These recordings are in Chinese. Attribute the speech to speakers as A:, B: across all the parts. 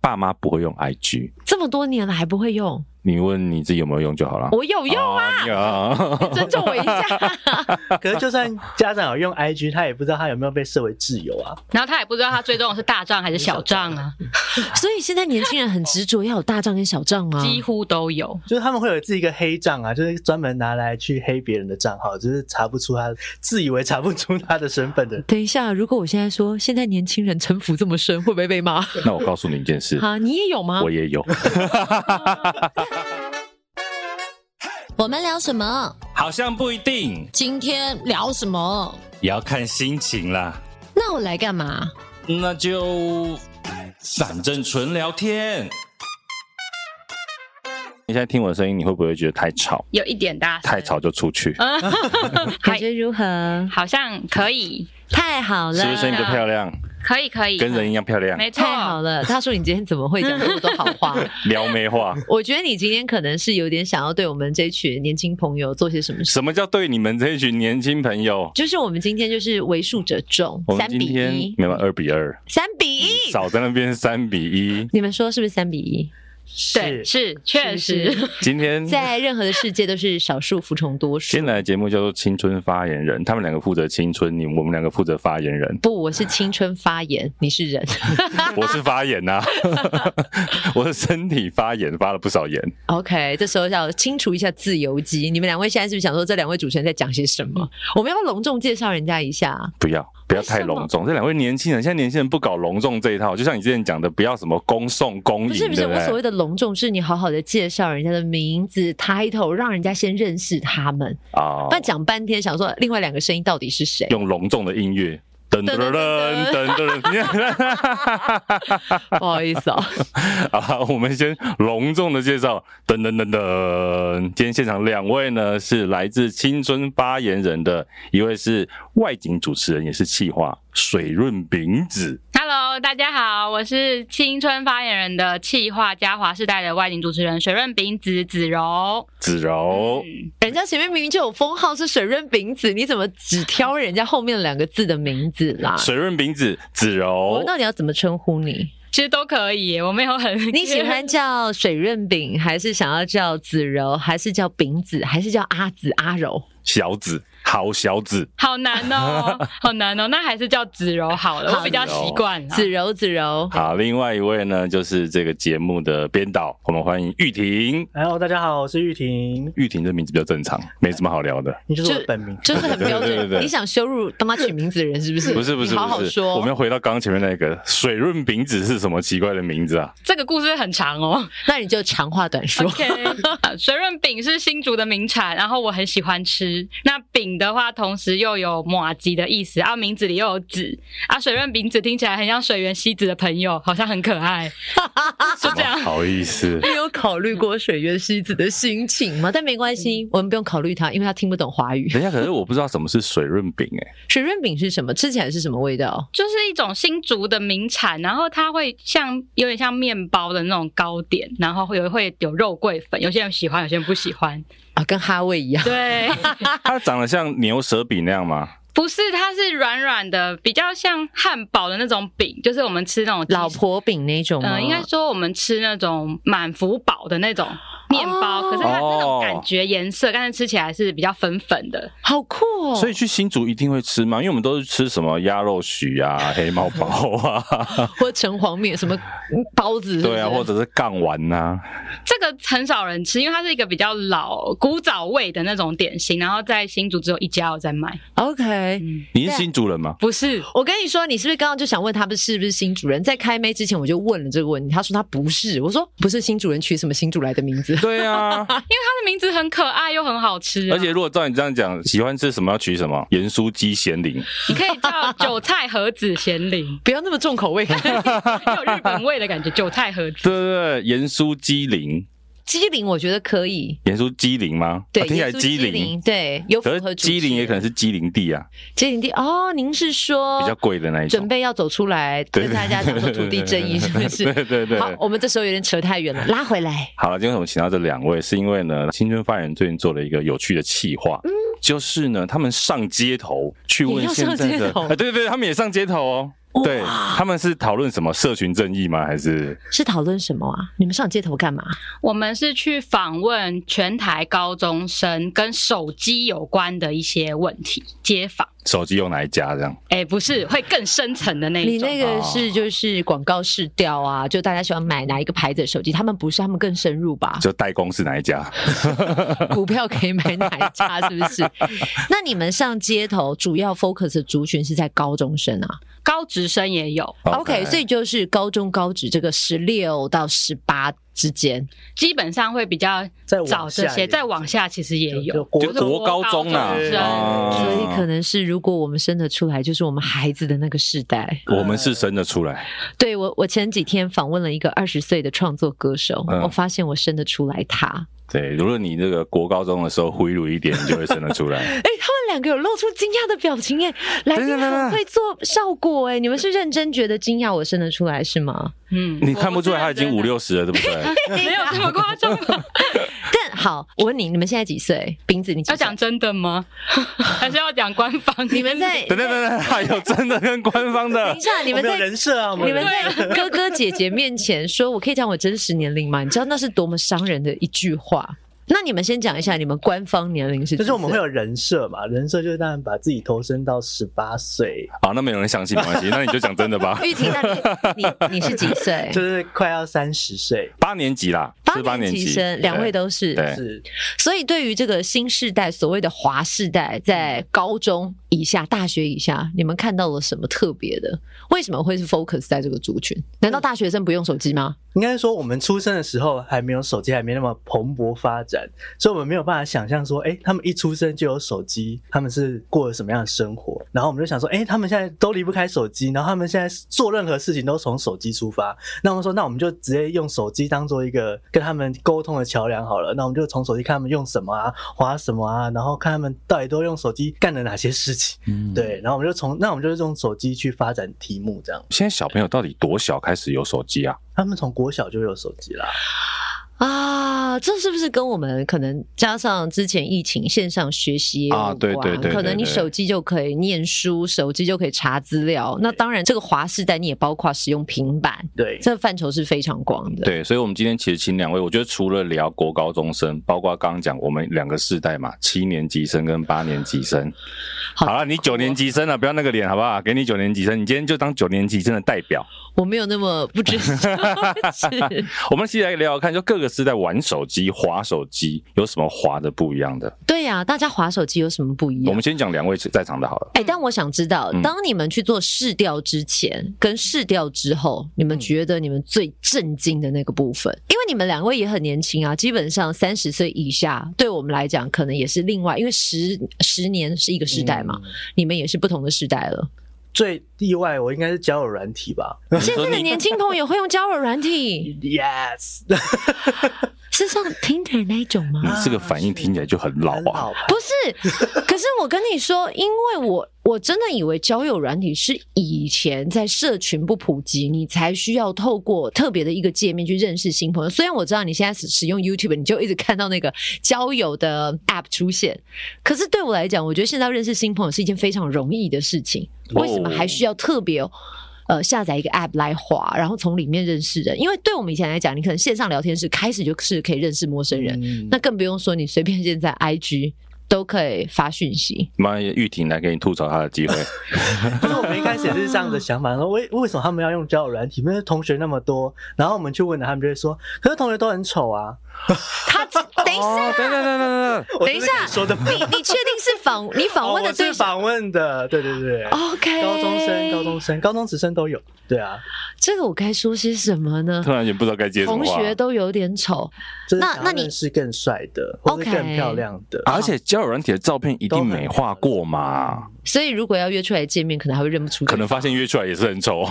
A: 爸妈不会用 IG，
B: 这么多年了还不会用，
A: 你问你自己有没有用就好了。
B: 我有用啊，
A: 啊，你有
B: 尊重我一下。
C: 可是就算家长有用 IG，他也不知道他有没有被设为挚友啊。
D: 然后他也不知道他追踪的是大账还是小账啊，
A: 嗯
B: 所以现在年轻人很执着要有大账跟小账吗？
D: 几乎都有。
C: 就是他们会有自己一个黑账啊，就是专门拿来去黑别人的账号，就是查不出他自以为查不出他的身份的。
B: 等一下，如果我现在说现在年轻人城府这么深，会不会被 骂？
A: 那我告诉你一件事，
B: 啊，你也有吗
A: 我？也有。
E: 我们聊什么？
F: 好像不一定，
E: 今天聊什么？
F: 也要看心情啦。
E: 那我来干嘛？
F: 那就反正纯聊天。
A: 你现在听我的声音，你会不会觉得太吵？
D: 有一点
B: 哎
D: 大声，
A: 太吵就出去，
D: 嗯，
B: 感
D: 还
B: 觉如何？
D: 好像可以，
B: 太好了，
A: 是不是声音就漂亮，
D: 可以，可以，
A: 跟人一
D: 样，
A: 样漂亮？
D: 没错
B: 太，好
A: 啊
B: 了，大叔，你今天怎么会讲这么多好 话？
A: 撩妹 话。
B: 我觉得你今天可能是有点想要对我们这群年轻朋友做些什么事。
A: 什么叫对你们这一群年轻朋友？
B: 就是我们今天就是为数者众
A: 我，
B: 三
A: 们今
B: 比
A: 天
B: 一，
A: 没有二比二，
B: 三比一，
A: 少在那边三比一。
B: 你们说是不是三比一？
D: 对，
C: 是
D: 是，确
B: 是不
D: 实，
A: 今天
B: 在任何的世界都是少数服从多数。
A: 今。天来的节目叫做《青春发言人》，他们两个负责青春，你我们两个负责发言人
B: 不，我是青春发言， 你 是人。
A: 我是发言呐、我的身体发炎，发了不少炎。
B: OK，这时候要清除一下自由基。你们两位现在是不是想说这两位主持人在讲些什
A: 嗯
B: 么？我们要不要隆重介绍人家一下？
A: 不要，不要
B: 为什
A: 太
B: 么
A: 隆重。这两位年轻人，现在年轻人不搞隆重这一套，就像你之前讲的，不要什么公送公
B: 不
A: 营，
B: 是不
A: 对
B: 是，
A: 不
B: 我所
A: 对？
B: 谓的隆重是你好好的介绍人家的名字、title，让人家先认识他们。
A: 啊
B: 那讲半天，想说另外两个声音到底是谁？
A: 用隆重的音乐，噔噔噔噔噔噔
B: 不好意思哦，
A: 噔。 好，我们先隆重的介绍，噔噔噔噔。今天现场两位呢是来自青春发言人的，一位是外景主持人，也是企划水润饼子。
D: Hello，大家好，我是青春发言人的企划加华世代的外景主持人水润饼子子柔。
A: 子柔，
D: 嗯，
B: 人家前面明明就有封号是水润饼子，你怎么只挑人家后面两个字的名字啦？
A: 水润饼子，子
B: 我
A: 柔
B: 们，到底要怎么称呼你？
D: 其实都可以耶，我没有很
B: 你喜欢叫水润饼，还是想要叫子柔，还是叫饼子，还是叫阿子阿柔？
A: 小子，好小子，
D: 好难 哦，好难哦，那还是叫子柔好了，
B: 好
D: 我比较习惯了。
B: 子柔子柔，
A: 好，另外一位呢，就是这个节目的编导，我们欢迎玉婷。
C: 然后大家好，我是玉婷，
A: 玉婷这名字比较正常，没什么好聊的。
C: 你就是我
B: 就
C: 的本名。
B: 就是很
A: 对对
B: 标
A: 对对
B: 准。
A: 对
B: 你想羞辱帮他取名字的人是不是？
A: 不是不是
B: 你好
A: 不
B: 好
A: 是，
B: 说。
A: 我们要回到刚刚前面那个水润饼子是什么奇怪的名字啊？
D: 这个故事很长哦。
B: 那你就长话短说。
D: OK，啊水润饼是新竹的名产，然后我很喜欢吃。那饼的话，同时又有马吉的意思，啊，名字里又有子，啊，水润饼子听起来很像水源希子的朋友，好像很可爱。就这样
A: 不， 好意思，
B: 你有考虑过水月西子的心情吗？但没关
A: 嗯
B: 系，我们不用考虑他，因为他听不懂华语。
A: 等一下，可是我不知道什么是水润饼哎、
B: 水润饼是什么？吃起来是什么味道？
D: 就是一种新竹的名产，然后它会像有点像面包的那种糕点，然后会有会有肉桂粉，有些人喜欢，有些人不喜欢。
B: 啊，跟哈味一样。
D: 对，
A: 它长得像牛舌饼那样吗？
D: 不是，它是软软的，比较像汉堡的那种饼，就是我们吃那种鸡
B: 老婆饼那种
D: 嗯、
B: 吗？
D: 应该说我们吃那种满福堡的那种面包，
B: 哦
D: 可是它那种感觉颜色，但是吃起来是比较粉粉的。
B: 好酷哦！
A: 所以去新竹一定会吃吗？因为我们都是吃什么鸭肉许啊、黑猫包啊，
B: 或城隍面什么 包子是不是
A: 对啊，或者是杠丸啊呐、
D: 这个很少人吃，因为它是一个比较老古早味的那种点心，然后在新竹只有一家有在卖。
B: OK。
D: 嗯，
A: 你是新竹人吗？
D: 不是，
B: 我跟你说，你是不是刚刚就想问他们是不是新主人？在开麦之前我就问了这个问题，他说他不是。我说不是新主人取什么新主来的名字？，
A: 对啊，
D: 它的名字很可爱又很好吃、啊
A: 而且如果照你这样讲，喜欢吃什么要取什么，盐酥鸡咸饼。
D: 你可以叫韭菜盒子咸灵
B: 不要那么重口
A: 啊
B: 味。
D: 有日本味的感觉。韭菜盒子
A: 对对对，盐酥鸡零，
B: 机灵我觉得可以，
A: 盐酥鸡零吗？
B: 对，
A: 啊听起来
B: 盐酥
A: 鸡零，
B: 灵，对，有符
A: 可
B: 合
A: 是
B: 主题
A: 鸡零也可能是鸡零地啊，
B: 鸡灵地哦。您是说
A: 比较贵的那一
B: 准
A: 种。
B: 备要走出来跟大家讲说土地正义是 不
A: 对
B: 是？
A: 对对。
B: 好，我们这时候有点扯太远了，拉回来。
A: 好了，今天为什么请到这两位？是因为呢，青春发言人最近做了一个有趣的企划，
B: 嗯
A: 就是呢，他们上街头去
B: 也
A: 问
B: 要
A: 现
B: 上
A: 在
B: 街
A: 的，
B: 头
A: 啊、对对对，他们也上街头哦。对，他们是讨论什么社群正义吗？还是
B: 是讨论什么啊？你们上街头干嘛？
D: 我们是去访问全台高中生跟手机有关的一些问题，街访。
A: 手机用哪一家这样？
D: 哎、不是，会更深层的那
B: 你
D: 一种。
B: 那个是就是广告试调啊，就大家喜欢买哪一个牌子的手机，他们不是，他们更深入吧？
A: 就代工是哪一
B: 啊
A: 家？
B: 股票可以买哪一家，是不是？那你们上街头主要 focus 的族群是在高中生啊
D: 高职生也有，
A: 哦
B: ？OK，所以就是高中高职这个十六到十八之间，
D: 基本上会比较
C: 再往
D: 早这
C: 下
D: 些，
C: 一点
D: 再往下其实也
C: 就就
D: 有。
C: 国
A: 就
D: 中
A: 国高中啊
D: 国高中，生
A: 啊
B: 所以可能是如果我们生得出来，就是我们孩子的那个世代。
A: 我们是生得出来，
B: 对我，我前几天访问了一个二十岁的创作歌手，
A: 嗯
B: 我发现我生得出来他。
A: 对，如果你这个国高中的时候挥鲁一点，你就会生得出 来。
B: 哎、他们两个有露出惊讶的表情哎，来宾
A: 等等
B: 很
A: 等
B: 会做效果哎，你们是认真觉得惊讶我生得出来是吗？
D: 嗯，
A: 你看不出来他已经五
D: 我
A: 六十了，对不 对？
D: 不是认真的，没有这么夸张。
B: 但好，我问你，你们现在几岁？binz，你几岁
D: 要讲真的吗？还是要讲官方？
B: 你们在
A: 等等等等，还有真的跟官方的
B: 等一，下，你
C: 我
B: 们
C: 有
B: 在
C: 人设啊，我
B: 你
C: 有
B: 们
C: 人设
B: 在 哥哥姐姐面前说我可以讲我真实年龄吗？你知道那是多么伤人的一句话。那你们先讲一下你们官方年龄是几岁？。
C: 就是我们会有人设嘛，人设就是当然把自己投身到十八岁，
A: 好，那没有人相信，没关系，那你就讲真的吧
B: 玉婷，那你你你是几岁
C: 就？是快要三十岁，
A: 八年级啦，是八
B: 年
A: 级
B: 级生，两位都是。
A: 对
C: 是
B: 所以，对于这个新世代，所谓的华世代，在高中以下、大学以下，你们看到了什么特别的？为什么会是 focus 在这个族群？难道大学生不用手机吗？
C: 应该说我们出生的时候还没有手机，还没那么蓬勃发展，所以我们没有办法想象说，哎、他们一出生就有手机，他们是过了什么样的生活？然后我们就想说，哎、他们现在都离不开手机，然后他们现在做任何事情都从手机出发。那我们说，那我们就直接用手机当做一个跟他们沟通的桥梁好了。那我们就从手机看他们用什么啊，滑什么啊，然后看他们到底都用手机干了哪些事情。
A: 嗯，
C: 对，然后我们就从那我们就是用手机去发展题目，这样
A: 现在小朋友到底多小开始有手机啊？
C: 他们从国小就有手机啦。
B: 啊，这是不是跟我们可能加上之前疫情线上学习也有
A: 啊对对
B: 关
A: 对对
B: 可能你
A: 对
B: 手机就可以念书，手机就可以查资料。那当然，这个华世代你也包括使用平板，
C: 对，
B: 这个范畴是非常广的。
A: 对，所以，我们今天其实请两位，我觉得除了聊国高中生，包括刚刚讲我们两个世代嘛，七年级生跟八年级生。
B: 好
A: 好了，你九年级生啊了，不要那个脸好不好？给你九年级生，你今天就当九年级生的代表。
B: 我没有那么不知 是
A: 我们一起来聊聊看，就各个世代玩手机、滑手机有什么滑的不一样的。
B: 对呀、大家划手机有什么不一
A: 我
B: 样
A: 们？先讲两位在场的好了。
B: 哎、但我想知道
A: 嗯，
B: 当你们去做试调之前跟试调之后，你们觉得你们最震惊的那个部分，因为你们两位也很年轻啊，基本上三十岁以下，对我们来讲可能也是另外，因为十十年是一个世代嘛，
C: 嗯
B: 你们也是不同的世代了。
C: 最意外，我应该是交友软体吧
B: 现在的年轻朋友会用交友软体，
C: ？Yes，
B: 是像 Tinder 那一种吗？
A: 你这个反应听起来就很老
C: 很
A: 啊，
C: 老牌
B: 不是，可是我跟你说，因为我我真的以为交友软体是以前在社群不普及，你才需要透过特别的一个界面去认识新朋友。虽然我知道你现在使使用 YouTube，你就一直看到那个交友的 App 出现，可是对我来讲，我觉得现在要认识新朋友是一件非常容易的事情。
A: 哦
B: 为什么还需要特别呃下载一个 App 来滑，然后从里面认识人？因为对我们以前来讲，你可能线上聊天室开始就是可以认识陌生人，
C: 嗯
B: 那更不用说你随便现在 IG 都可以发讯息。
A: 妈，玉婷来给你吐槽她的机会。
C: 就是我们一开始也是这样的想法，说为为什么他们要用交友软体？因为同学那么多，然后我们去问了，他们就会说，可是同学都很丑啊。
B: 他 等一下，
A: 哦，等等等等等，
C: 我
B: 等一下
C: 真的跟你说的
B: 你你确定是访你访问
C: 哦
B: 的
C: 我是
B: 对象、
C: 访问的，对对对。
B: o k
C: 高中生、高中生、高中职生都有，对啊，
B: 这个我该说些什么 呢？
A: 突然也不知道该接什么
B: 同
A: 话。
B: 学都有点丑，
C: 就是
B: 那
C: 想
B: 那
C: 要
B: 你
C: 认识更帅的，或是
B: OK
C: 更漂亮的，
A: 而且交友软体的照片一定美化过嘛，
B: 所以如果要约出来见面，可能还会认不出对
A: 可
B: 方。
A: 能发现约出来也是很丑。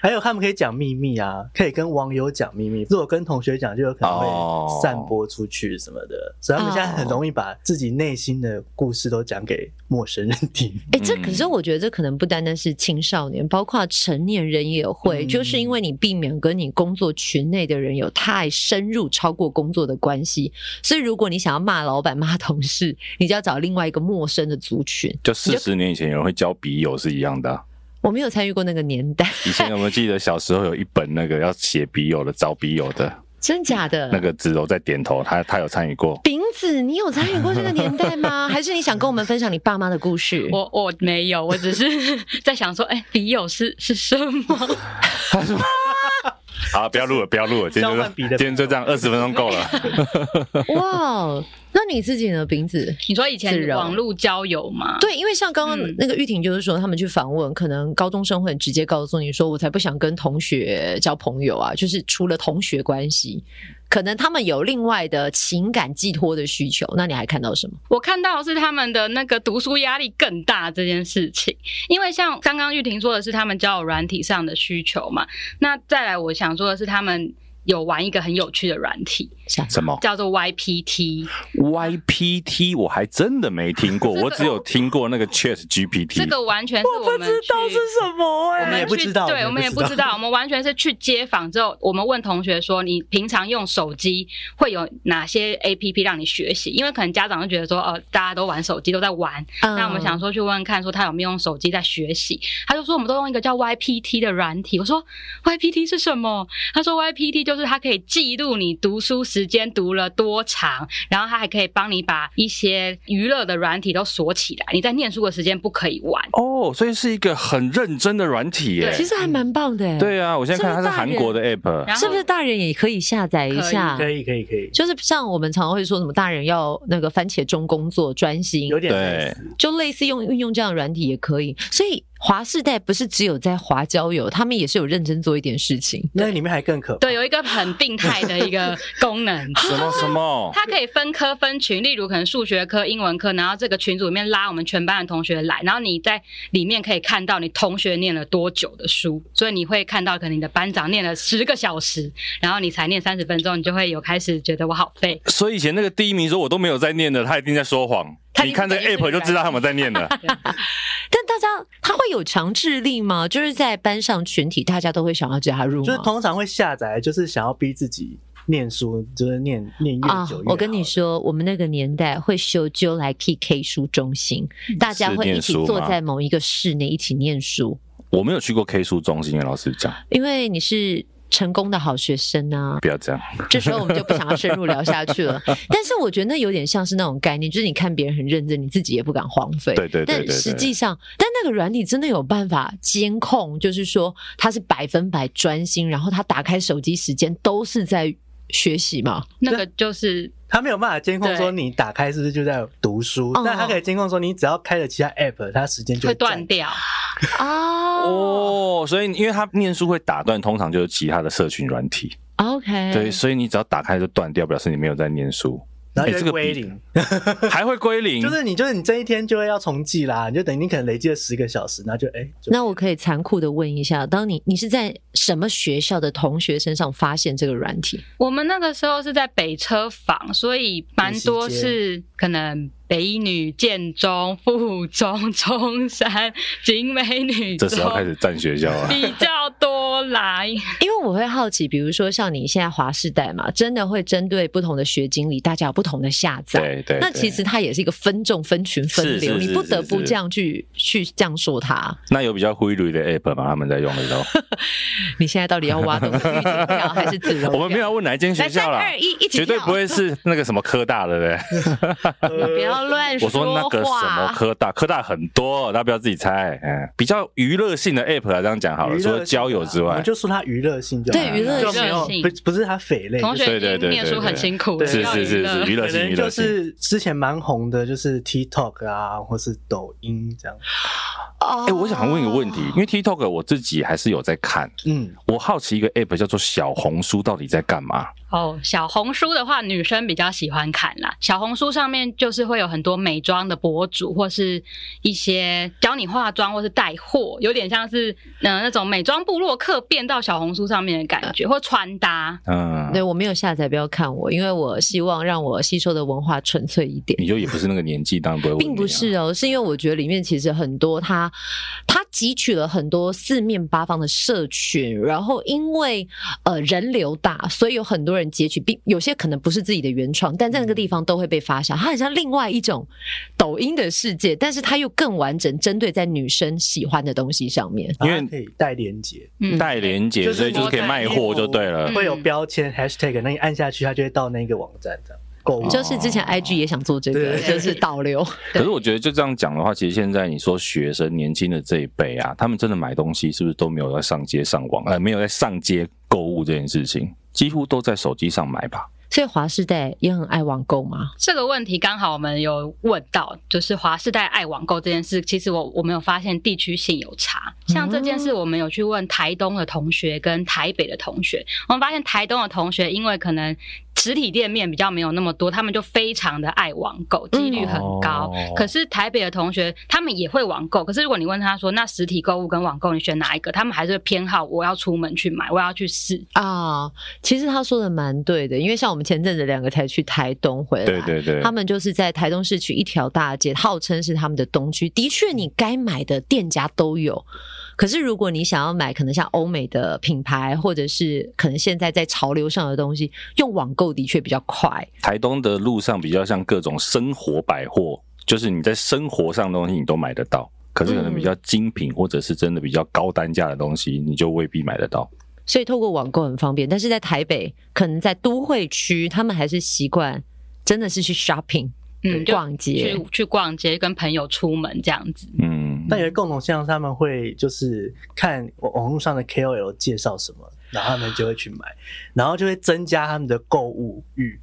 C: 还有他们可以讲秘密啊，可以跟网友讲秘密。如果跟同学讲，就有可能
A: 哦
C: 会散播出去什么的，所以他们现在很容易把自己内心的故事都讲给陌生人听。
B: 哎、这
A: 嗯
B: 可是我觉得这可能不单单是青少年，包括成年人也会，
C: 嗯
B: 就是因为你避免跟你工作群内的人有太深入超过工作的关系，所以如果你想要骂老板、骂同事，你就要找另外一个陌生的族群。
A: 就四十年以前有人会交笔友是一样的啊、
B: 我没有参与过那个年 代，
A: 以前有没有记得小时候有一本那个要写笔友的、找笔友的
B: 真假的？
A: 那个子柔在点头，他他有参与 过。
B: 饼子，你有参与过这个年 代吗？还是你想跟我们分享你爸妈的故事？
D: 我我没有，我只是 在想说，哎、笔友是是什么？
A: 啊好，不要录了，不要录了，今天
C: 交
A: 就
C: 换笔的
A: 今天就这样，二十分钟够了。
B: 哇，那你自己呢，饼子？
D: 你说以
B: 自
D: 前
B: 柔
D: 网络交友吗？
B: 对，因为像刚刚
D: 嗯
B: 那个玉婷就是说，他们去访问，可能高中生会很直接告诉你说，我才不想跟同学交朋友啊，就是除了同学关系，可能他们有另外的情感寄托的需求。那你还看到什么？
D: 我看到的是他们的那个读书压力更大这件事情，因为像刚刚玉婷说的是他们交友软体上的需求嘛，那再来我想说的是他们有玩一个很有趣的软体，
B: 像
A: 什么
D: 叫做 YPT，
A: YPT？我还真的没听 过，
D: 这个
A: 我只有听过那个 Chat
D: 这
A: GPT。
D: 个完全是哎我们去
B: 什么哎
D: 我
C: 我
D: 们
C: 也不
D: 去
C: 知道
D: 对，
C: 我
D: 我
C: 们
D: 们
C: 也
D: 也
C: 不
D: 不
C: 知
D: 知
C: 道
D: 道，我们完全是去街访之后，我们问同学说，你平常用手机会有哪些 A P P 让你学习？因为可能家长就觉得说，哦，大家都玩手机，都在玩，
B: 嗯
D: 那我们想说去问问看，说他有没有用手机在学习？他就说我们都用一个叫 YPT 的软体。我说 YPT 是什么？他说 YPT 就是它可以记录你读书时间读了多长，然后它还可以帮你把一些娱乐的软体都锁起来，你在念书的时间不可以玩。
A: 哦，所以是一个很认真的软体耶。
B: 其实还蛮棒的、欸，，
A: 对啊，我现在看它是
B: 这么大
A: 韩
B: 人
A: 国的 app，
D: 然后
B: 是不是大人也可以下载一下？
C: 可以，可以，可以，
B: 就是像我们常常会说什么大人要那个番茄钟工作专心
C: 有，点类
A: 对
C: 似。
B: 就类似用运用这样的软体也可以。所以华世代不是只有在华交友，他们也是有认真做一点事情。
C: 那里面还更可怕。
D: 对，有一个很病态的一个功能。
A: 什么什么
D: 它可以分科分群，例如可能数学科、英文科，然后这个群组里面拉我们全班的同学来，然后你在里面可以看到你同学念了多久的书，所以你会看到可能你的班长念了十个小时，然后你才念三十分钟，你就会有开始觉得我好废。
A: 所以以前那个第一名说我都没有在念的，他一定在说谎
D: 他。一
A: 你
D: 定
A: 看这个
D: 在念
A: app 就知道他们在念的。
B: 但大家他会有强制力吗？就是在班上群体，大家都会想要加入
C: 就是
B: 吗？
C: 通常会下载，就是想要逼自己念书，就是念念越
B: 啊
C: 久越、！
B: 我跟你，说，我们那个年代会修究来 PK 书中心，
C: 嗯
B: 大家会一
A: 是
B: 起
A: 念书
B: 坐
A: 吗
B: 在某一个室内一起念书，
A: 我没有去过 K 书中心，老师讲，
B: 因为你是成功的好学生啊，
A: 不要这样。
B: 这时候我们就不想要深入聊下去了。但是我觉得那有点像是那种概念，就是你看别人很认真，你自己也不敢荒废。
A: 对对对对
B: 但
A: 对
B: 实际上，但那个软体真的有办法监控，就是说他是百分百专心，然后他打开手机时间都是在学习嘛？
D: 那个就是
C: 他没有办法监控
D: 对
C: 说你打开是不是就在读书
B: 哦，
C: 但他可以监控说你只要开了其他 app，它时间就
D: 会断
C: 掉。
D: 掉。
B: 啊、
A: 哦，所以因为他念书会打断，通常就是其他的社群软体。
B: o k
A: 对，所以你只要打开就断掉，表示你没有在念书，
C: 然后
A: 哎
C: 就
A: 这
C: 会
A: 个
C: 归
A: 比
C: 零，
A: 还会归零。
C: 就是你就是你这一天就会要重记啦，你就等于你可能累积了十个小时，然后就哎，就
B: 那我可以残酷的问一下，当你你是在什么学校的同学身上发现这个软体？
D: 我们那个时候是在北车房，所以蛮多
C: 北西街
D: 是可能北一女、建中、附中、中山、景美女
A: 这
D: 中
A: 时候开始占学校啊 了。
D: 比较多啦。
B: 因为我会好奇，比如说像你现在华世代嘛，真的会针对不同的学经理，大家有不同的下载。
A: 对对，
B: 那
A: 对
B: 其实它也是一个分众、分群、分流，
A: 是是是
B: 你不得
A: 是
B: 不
A: 是
B: 这样去去这样说它。
A: 那有比较灰绿的 app 吗？他们在用的时候，
B: 你现在到底要挖洞预警票还是 自容？
A: 我们没有要问哪一间学
B: 来三
A: 校啦，
B: 二一，一起
A: 绝对
B: 跳
A: 不。会是那个什么科大的嘞。
B: 不
C: 呃
B: 要乱
A: 我说
B: 话。
A: 那个什么科大，科大很多，大家不要自己猜。嗯，比较娱乐性的 app 啊，这样讲好了，
C: 娱乐
A: 除
C: 性啊
A: 了交友之
C: 我
A: 外
C: 们，就说它娱乐性就
B: 对
C: 好
B: 娱乐
C: 就没有
D: 性
C: 不不是它匪类，
D: 同
C: 就是
D: 学已
A: 对对对对
D: 经念书很辛苦，
C: 对
A: 是
D: 要
A: 是是
D: 娱
A: 是娱乐
D: 乐
C: 可
A: 性，
C: 能
A: 娱
C: 就
A: 乐性。
C: 是之前蛮红的，就是 TikTok 啊，或是抖音这样。
B: 哦
A: 哎、我想问一个问题，因为 TikTok 我自己还是有在看，
C: 嗯，
A: 我好奇一个 app 叫做小红书到底在干嘛？
D: 哦，小红书的话，女生比较喜欢看啦。小红书上面就是会有很多美妆的博主，或是一些教你化妆或是带货，有点像是嗯、呃那种美妆部落客变到小红书上面的感觉，或穿搭。
A: 嗯，
B: 对我没有下载，不要看我，因为我希望让我吸收的文化纯粹一点。
A: 你就也不是那个年纪，当然不会问
B: 并
A: 你啊
B: 不是哦，是因为我觉得里面其实很多它，它汲取了很多四面八方的社群，然后因为呃人流大，所以有很多人截取，并有些可能不是自己的原创，但在那个地方都会被发酵。它很像另外一种抖音的世界，但是它又更完整，针对在女生喜欢的东西上面。
A: 因为
C: 然后它可以带连接，
D: 嗯，
A: 带连结，
C: 就
A: 所
C: 是
A: 以就是可以卖货就对了
D: 嗯。
C: 会有标签 hashtag，那你按下去，它就会到那个网站这样购
A: 哦
C: 物。
B: 就是之前 IG 也想做这个，
C: 对
B: 就是导流。
A: 可是我觉得就这样讲的话，其实现在你说学生年轻的这一辈啊，他们真的买东西是不是都没有在上街上网，呃，没有在上街购物这件事情，几乎都在手机上买吧？
B: 所以华世代也很爱网购嘛，
D: 这个问题刚好我们有问到，就是华世代爱网购这件事，其实我我们有发现地区性有差。
B: 嗯
D: 像这件事，我们有去问台东的同学跟台北的同学，我们发现台东的同学因为可能实体店面比较没有那么多，他们就非常的爱网购，几率很高。
B: 嗯
A: 哦
D: 可是台北的同学他们也会网购，可是如果你问他说那实体购物跟网购你选哪一个，他们还是会偏好我要出门去买，我要去试。
B: 啊、其实他说的蛮对的，因为像我们前阵子两个才去台东回来，
A: 对对对，
B: 啊他们就是在台东市区一条大街，号称是他们的东区。的确，你该买的店家都有。可是，如果你想要买，可能像欧美的品牌，或者是可能现在在潮流上的东西，用网购的确比较快。
A: 台东的路上比较像各种生活百货，就是你在生活上的东西你都买得到，可是可能比较精品或者是真的比较高单价的东西，你就未必买得到。
B: 所以透过网购很方便，但是在台北，可能在都会区，他们还是习惯真的是去 shopping，
D: 嗯，就
B: 逛街
D: 去。去逛街，跟朋友出门这样子。
A: 嗯，
C: 但有一个共同现象，他们会就是看网网络上的 KOL 介绍什么，然后他们就会去买，然后就会增加他们的购物欲。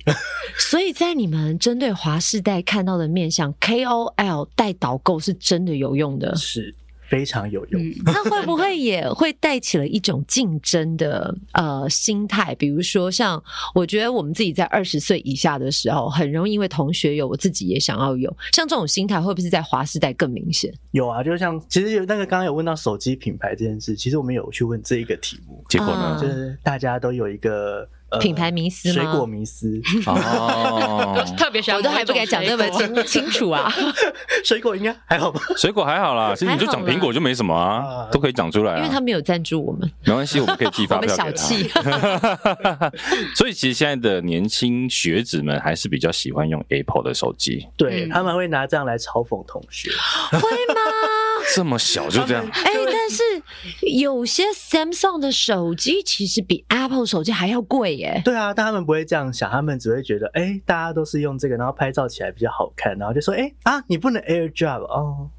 B: 所以在你们针对华世代看到的面向，KOL 带导购是真的有用的。
C: 是非常有用。
D: 嗯，
B: 那会不会也会带起了一种竞争的呃心态？比如说，像我觉得我们自己在二十岁以下的时候，很容易因为同学有，我自己也想要有，像这种心态，会不会是在华世代更明显？
C: 有啊，就像其实有那个刚刚有问到手机品牌这件事，其实我们有去问这一个题目，
A: 结果呢？
C: 就是大家都有一个、呃、
B: 品牌迷思吗
C: 水果迷思，
A: 哦，
D: 特别喜欢
B: 我都还不
D: 某一
B: 敢讲
D: 种水
B: 那么
D: 果
B: 清清楚 啊！
C: 水果应该还好吧？
B: 嗯
A: 水果还好啦，其实你就讲苹果就没什么啊
C: 啊，
A: 都可以讲出来、啊。
B: 因为他没有赞助我们，
A: 没关系，我们可以寄
B: 我
A: 发
B: 们
A: 票
B: 小
A: 给
B: 气。
A: 他。 所以其实现在的年轻学子们还是比较喜欢用 Apple 的手机，
C: 对、
D: 嗯
C: 他们会拿这样来嘲讽同学，
A: 这么小就这样。
B: 哎、但是有些 Samsung 的手机其实比 Apple 手机还要贵耶。
C: 对啊，但他们不会这样想，他们只会觉得，哎、大家都是用这个，然后拍照起来比较好看，然后就说，哎、啊，你不能 AirDrop 哦，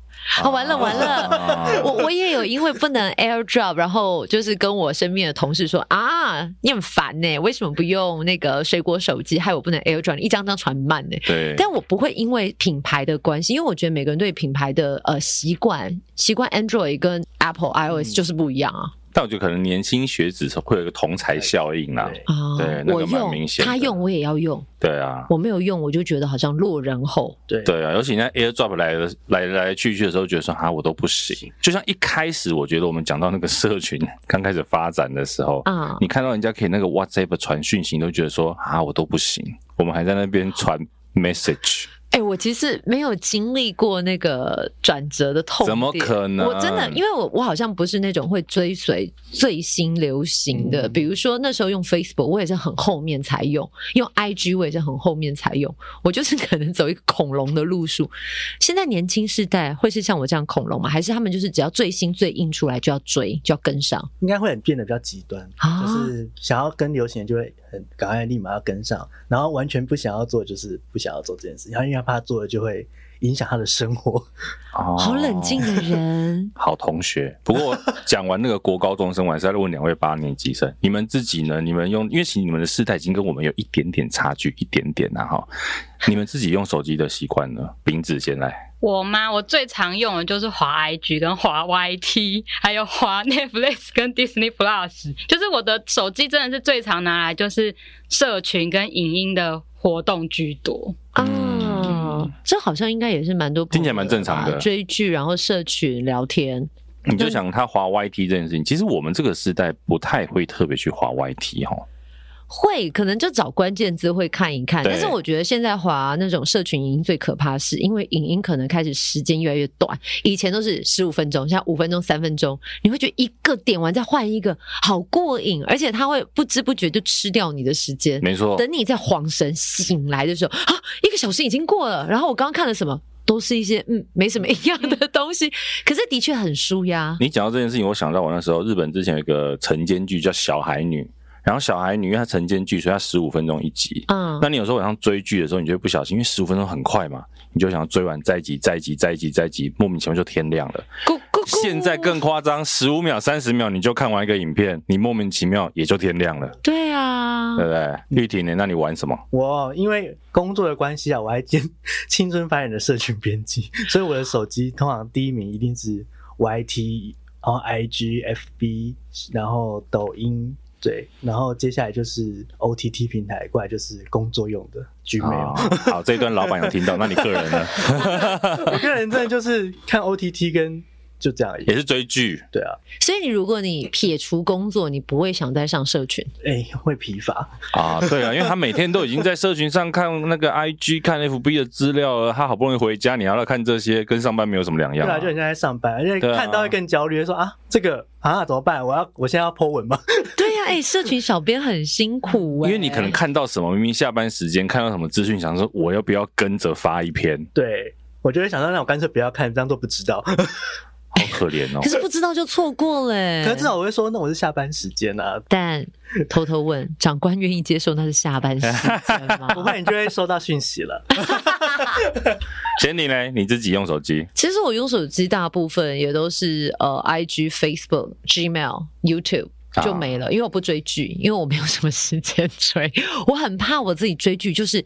B: 哦，
A: 啊
B: 完了完了。
A: 了，
B: 我我也有因为不能 AirDrop，然后就是跟我身边的同事说啊，你很烦呢、为什么不用那个水果手机，害我不能 AirDrop，你一张张传慢呢、
A: 对，
B: 但我不会因为品牌的关系，因为我觉得每个人对品牌的呃习惯，习惯 Android 跟 Apple
A: 嗯
B: iOS 就是不一样啊。
A: 但我觉得可能年轻学子会有一个同才效应啦。
C: 对，
B: 啊，
A: 对那个
B: 我
A: 蛮
B: 用
A: 明显的
B: 他用我也要用，
A: 对啊，
B: 我没有用我就觉得好像落人后。
C: 对
A: 对啊，尤其你在 AirDrop 来的来来去去的时候，觉得说啊，我都不
B: 嗯
A: 行。就像一开始，我觉得我们讲到那个社群刚开始发展的时候，
B: 啊
A: 你看到人家可以那个 WhatsApp 传讯息，你都觉得说啊，我都不行。我们还在那边传 message，
B: 哎、我其实没有经历过那个转折的痛点，
A: 怎么可能
B: 我真的，因为我我好像不是那种会追随最新流行
A: 嗯
B: 的，比如说那时候用 Facebook，我也是很后面才用；用 IG，我也是很后面才用。我就是可能走一个恐龙的路数。现在年轻世代会是像我这样恐龙吗？还是他们就是只要最新最硬出来就要追，就要跟上？
C: 应该会很变得比较极端，
B: 啊
C: 就是想要跟流行就会很赶快立马要跟上，然后完全不想要做就是不想要做这件事，然后因为他怕做了就会影响他的生活。
A: 哦，
B: 啊好冷静的人
A: 好同学。不过讲完那个国高中生，我还是要问两位八年级生，你们自己呢？你们用，因为其实你们的世代已经跟我们有一点点差距，一点点啊哈。你们自己用手机的习惯呢？丙子先来，
D: 我吗？我最常用的就是滑 IG 跟滑 YT，还有滑 Netflix 跟 Disney Plus。就是我的手机真的是最常拿来就是社群跟影音的活动居多。
B: 啊，这好像应该也是蛮多朋友
A: 听起来蛮正常的
B: 吧追剧，然后社群聊天，
A: 你就想他滑 YT 这件事情，其实我们这个时代不太会特别去滑 YT 哈。
B: 会可能就找关键字会看一看。
A: 对
B: 但是我觉得现在滑那种社群影音最可怕，是因为影音可能开始时间越来越短，以前都是十五分钟，现在五分钟、三分钟，你会觉得一个点完再换一个，好过瘾，而且它会不知不觉就吃掉你的时间。
A: 没错，
B: 等你在恍神醒来的时候，啊，一个小时已经过了。然后我刚刚看了什么，都是一些嗯没什么营养的东 西，可是的确很舒压。
A: 你讲到这件事情，我想到我那时候日本之前有一个晨间剧叫《小孩女》，然后《小孩女》因为它晨间剧，所以它十五分钟一集。
B: 嗯
A: 那你有时候晚上追剧的时候，你就会不小心，因为十五分钟很快嘛，你就想要追完再一集、再一集、再一集、再一集，莫名其妙就天亮了。
B: 咕咕咕，
A: 现在更夸张，十五秒、三十秒你就看完一个影片，你莫名其妙也就天亮了，
B: 对啊
A: 对，不对？玉婷呢？那你玩什么？
C: 我因为工作的关系啊，我还兼青春发言的社群编辑，所以我的手机通常第一名一定是 YT，然后 IG、FB，然后抖音，对，然后接下来就是 OTT 平台，过来就是工作用的 Gmail。
A: 哦好，这一段老板有听到，那你个人呢？
C: 我个人真的就是看 OTT 跟就这样而已
A: 也。是追剧，
C: 对啊，
B: 所以你如果你撇除工作，你不会想再上社群。
C: 哎、会疲乏。
A: 啊，对啊，因为他每天都已经在社群上看那个 IG、看 FB 的资料了，他好不容易回家，你还要来看这些，跟上班没有什么两
C: 对
A: 样、
C: 啊，就很像在上班，而且
A: 对啊
C: 看到会更焦虑，说啊，这个啊怎么办？我要我现在要 po 文吗？
B: 对呀、哎、社群小编很辛苦、哎
A: 因为你可能看到什么，明明下班时间看到什么资讯，想说我要不要跟着发一篇，
C: 对，我就会想到，那我干脆不要看，当做不知道。
A: 好可怜哦
B: 可。是不知道就错过了、
D: 嗯
B: 哎
C: 可是至少我会说，那我是下班时间 啊，
B: 但偷偷问长官愿意接受那是下班时间 吗？
C: 不会你就会收到讯息 了。
A: 贤你嘞，你自己用手机，
B: 其实我用手机大部分也都是呃，IG、Facebook、Gmail、YouTube
A: 啊
B: 就没了，因为我不追剧，因为我没有什么时间追。 我很怕我自己追剧，就是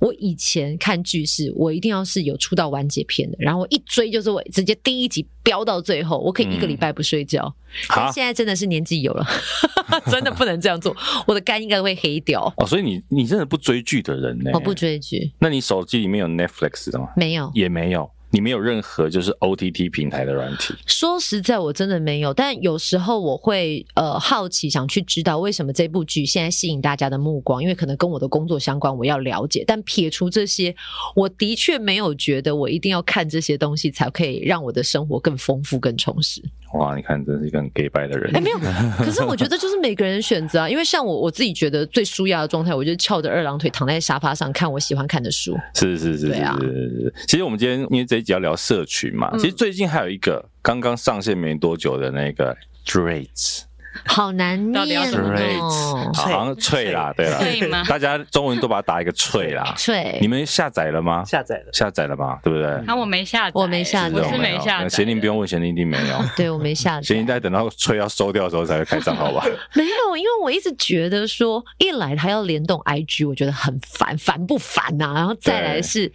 B: 我以前看剧是我一定要是有出到完结篇的，然后我一追就是我直接第一集飙到最后，我可以一个礼拜不睡觉。但
A: 嗯好
B: 现在真的是年纪有了， 真的不能这样做，我的肝应该会黑掉。
A: 哦，所以你你真的不追剧的人呢？
B: 我不。追剧，
A: 那你手机里面有 Netflix 的吗？
B: 没有。
A: 也没有，你没有任何就是 OTT 平台的软体。
B: 说实在，我真的没有，但有时候我会呃好奇，想去知道为什么这部剧现在吸引大家的目光，因为可能跟我的工作相关，我要了解。但撇除这些，我的确没有觉得我一定要看这些东西才可以让我的生活更丰富、更充实。
A: 哇，你看，真是一个很 gay 白的人。
B: 哎，没 有，可是我觉得就是每个人选择啊，因为像我我自己觉得最舒压的状态，我就是翘着二郎腿躺在沙发上看我喜欢看的书。
A: 是是是是
B: 对啊
A: 是是是。其实我们今天因为这一集要聊社群嘛，
B: 嗯
A: 其实最近还有一个刚刚上线没多久的那个 Drake，
B: 好难
D: 到底要
B: 念
D: 怎么
A: 念
B: 哦，
A: 好像脆啦，对啦，
D: 脆 吗
A: 大家中文都把它打一个脆啦。
B: 对
A: 你，们下载了吗？
C: 下载了，
A: 下载了吗？对不对？
D: 啊，我没下载，
B: 我没下载
D: 我是没下载的。
A: 贤玲不用问，贤玲一定没有。
B: 对我没下载。
A: 贤玲在等到脆要收掉的时候才会开账号吧？
B: 没有，因为我一直觉得说，一来它要联动 IG，我觉得很烦，烦不烦呐、然后再来是，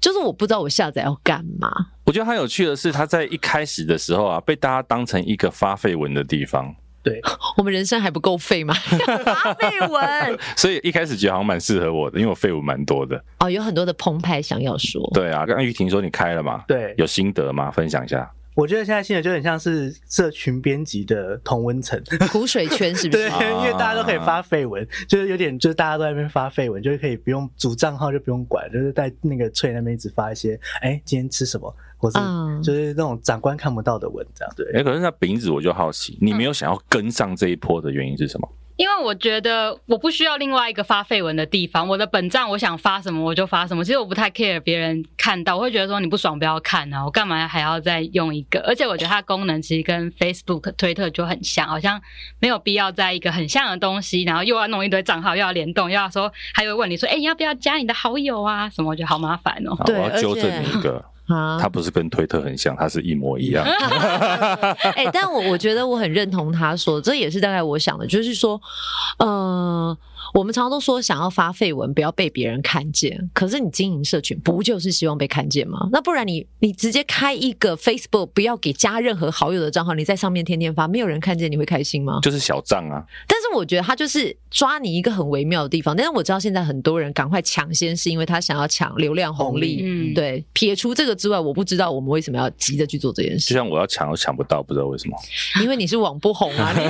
B: 就是我不知道我下载要干嘛。
A: 我觉得很有趣的是，他在一开始的时候啊，被大家当成一个发绯闻的地方，
C: 对，
B: 我们人生还不够废吗？发绯闻
A: 所以一开始觉得好像蛮适合我的，因为我绯闻蛮多的。
B: 哦，有很多的澎湃想要说。
A: 对啊，刚刚玉婷说你开了嘛？
C: 对
A: 有心得吗？分享一下。
C: 我觉得现在新的就很像是社群编辑的同温 层。
B: 苦水圈是不
C: 对，
B: 是？
C: 因为大家都可以发绯闻，就是有点就是大家都在那边发绯闻，就是可以不用主账号就不用管，就是在那个翠那边一直发一些，哎、今天吃什么，或是
B: 嗯
C: 就是那种长官看不到的文章。
A: 哎、
C: 对，
A: 可是那饼子我就好奇，你没有想要跟上这一波的原因是什么？
D: 因为我觉得我不需要另外一个发绯闻的地方，我的本账我想发什么我就发什么。其实我不太 care 别人看到，我会觉得说你不爽不要看啊，我干嘛还要再用一个？ 而且我觉得它的功能其实跟 Facebook、推特就很像，好像没有必要在一个很像的东西，然后又要弄一堆账号，又要联动，又要说还会问你说，哎、你要不要加你的好友啊？什么，我觉得好麻烦哦。
A: 好，我
B: 对
A: 要纠正你一个，
B: 啊
A: 它，不是跟推特很像，它是一模一样。
B: 哎、但我我觉得我很认同他说，这也是大概我想的，就是说，呃，我们常常都说想要发绯闻，不要被别人看见。可是你经营社群，不就是希望被看见吗？那不然你你直接开一个 Facebook，不要给加任何好友的账号，你在上面天天发，没有人看见，你会开心吗？
A: 就是小账啊，
B: 但是我觉得他就是抓你一个很微妙的地方。但是我知道现在很多人赶快抢先，是因为他想要抢流量红利。
D: 嗯，
B: 对，撇除这个之外，我不知道我们为什么要急着去做这件事
A: 就。像我要抢都抢不到，不知道为什么。
B: 因为你 是网不红 啊，你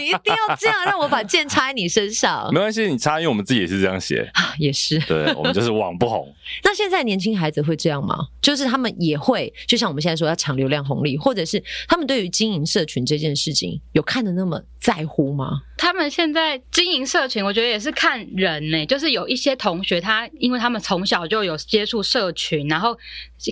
B: 你一定要这样让我把剑插在你身上
A: 没关系，你插，因为我们自己也是这样写。
B: 啊，也是。
A: 对，我们就是网不红，
B: 那现在年轻孩子会这样吗？就是他们也会，就像我们现在说要抢流量红利，或者是他们对于经营社群这件事情有看的那么在乎吗？
D: 他们现在经营社群，我觉得也是看人呢、就是有一些同学他，因为他们从小就有接触社群，然后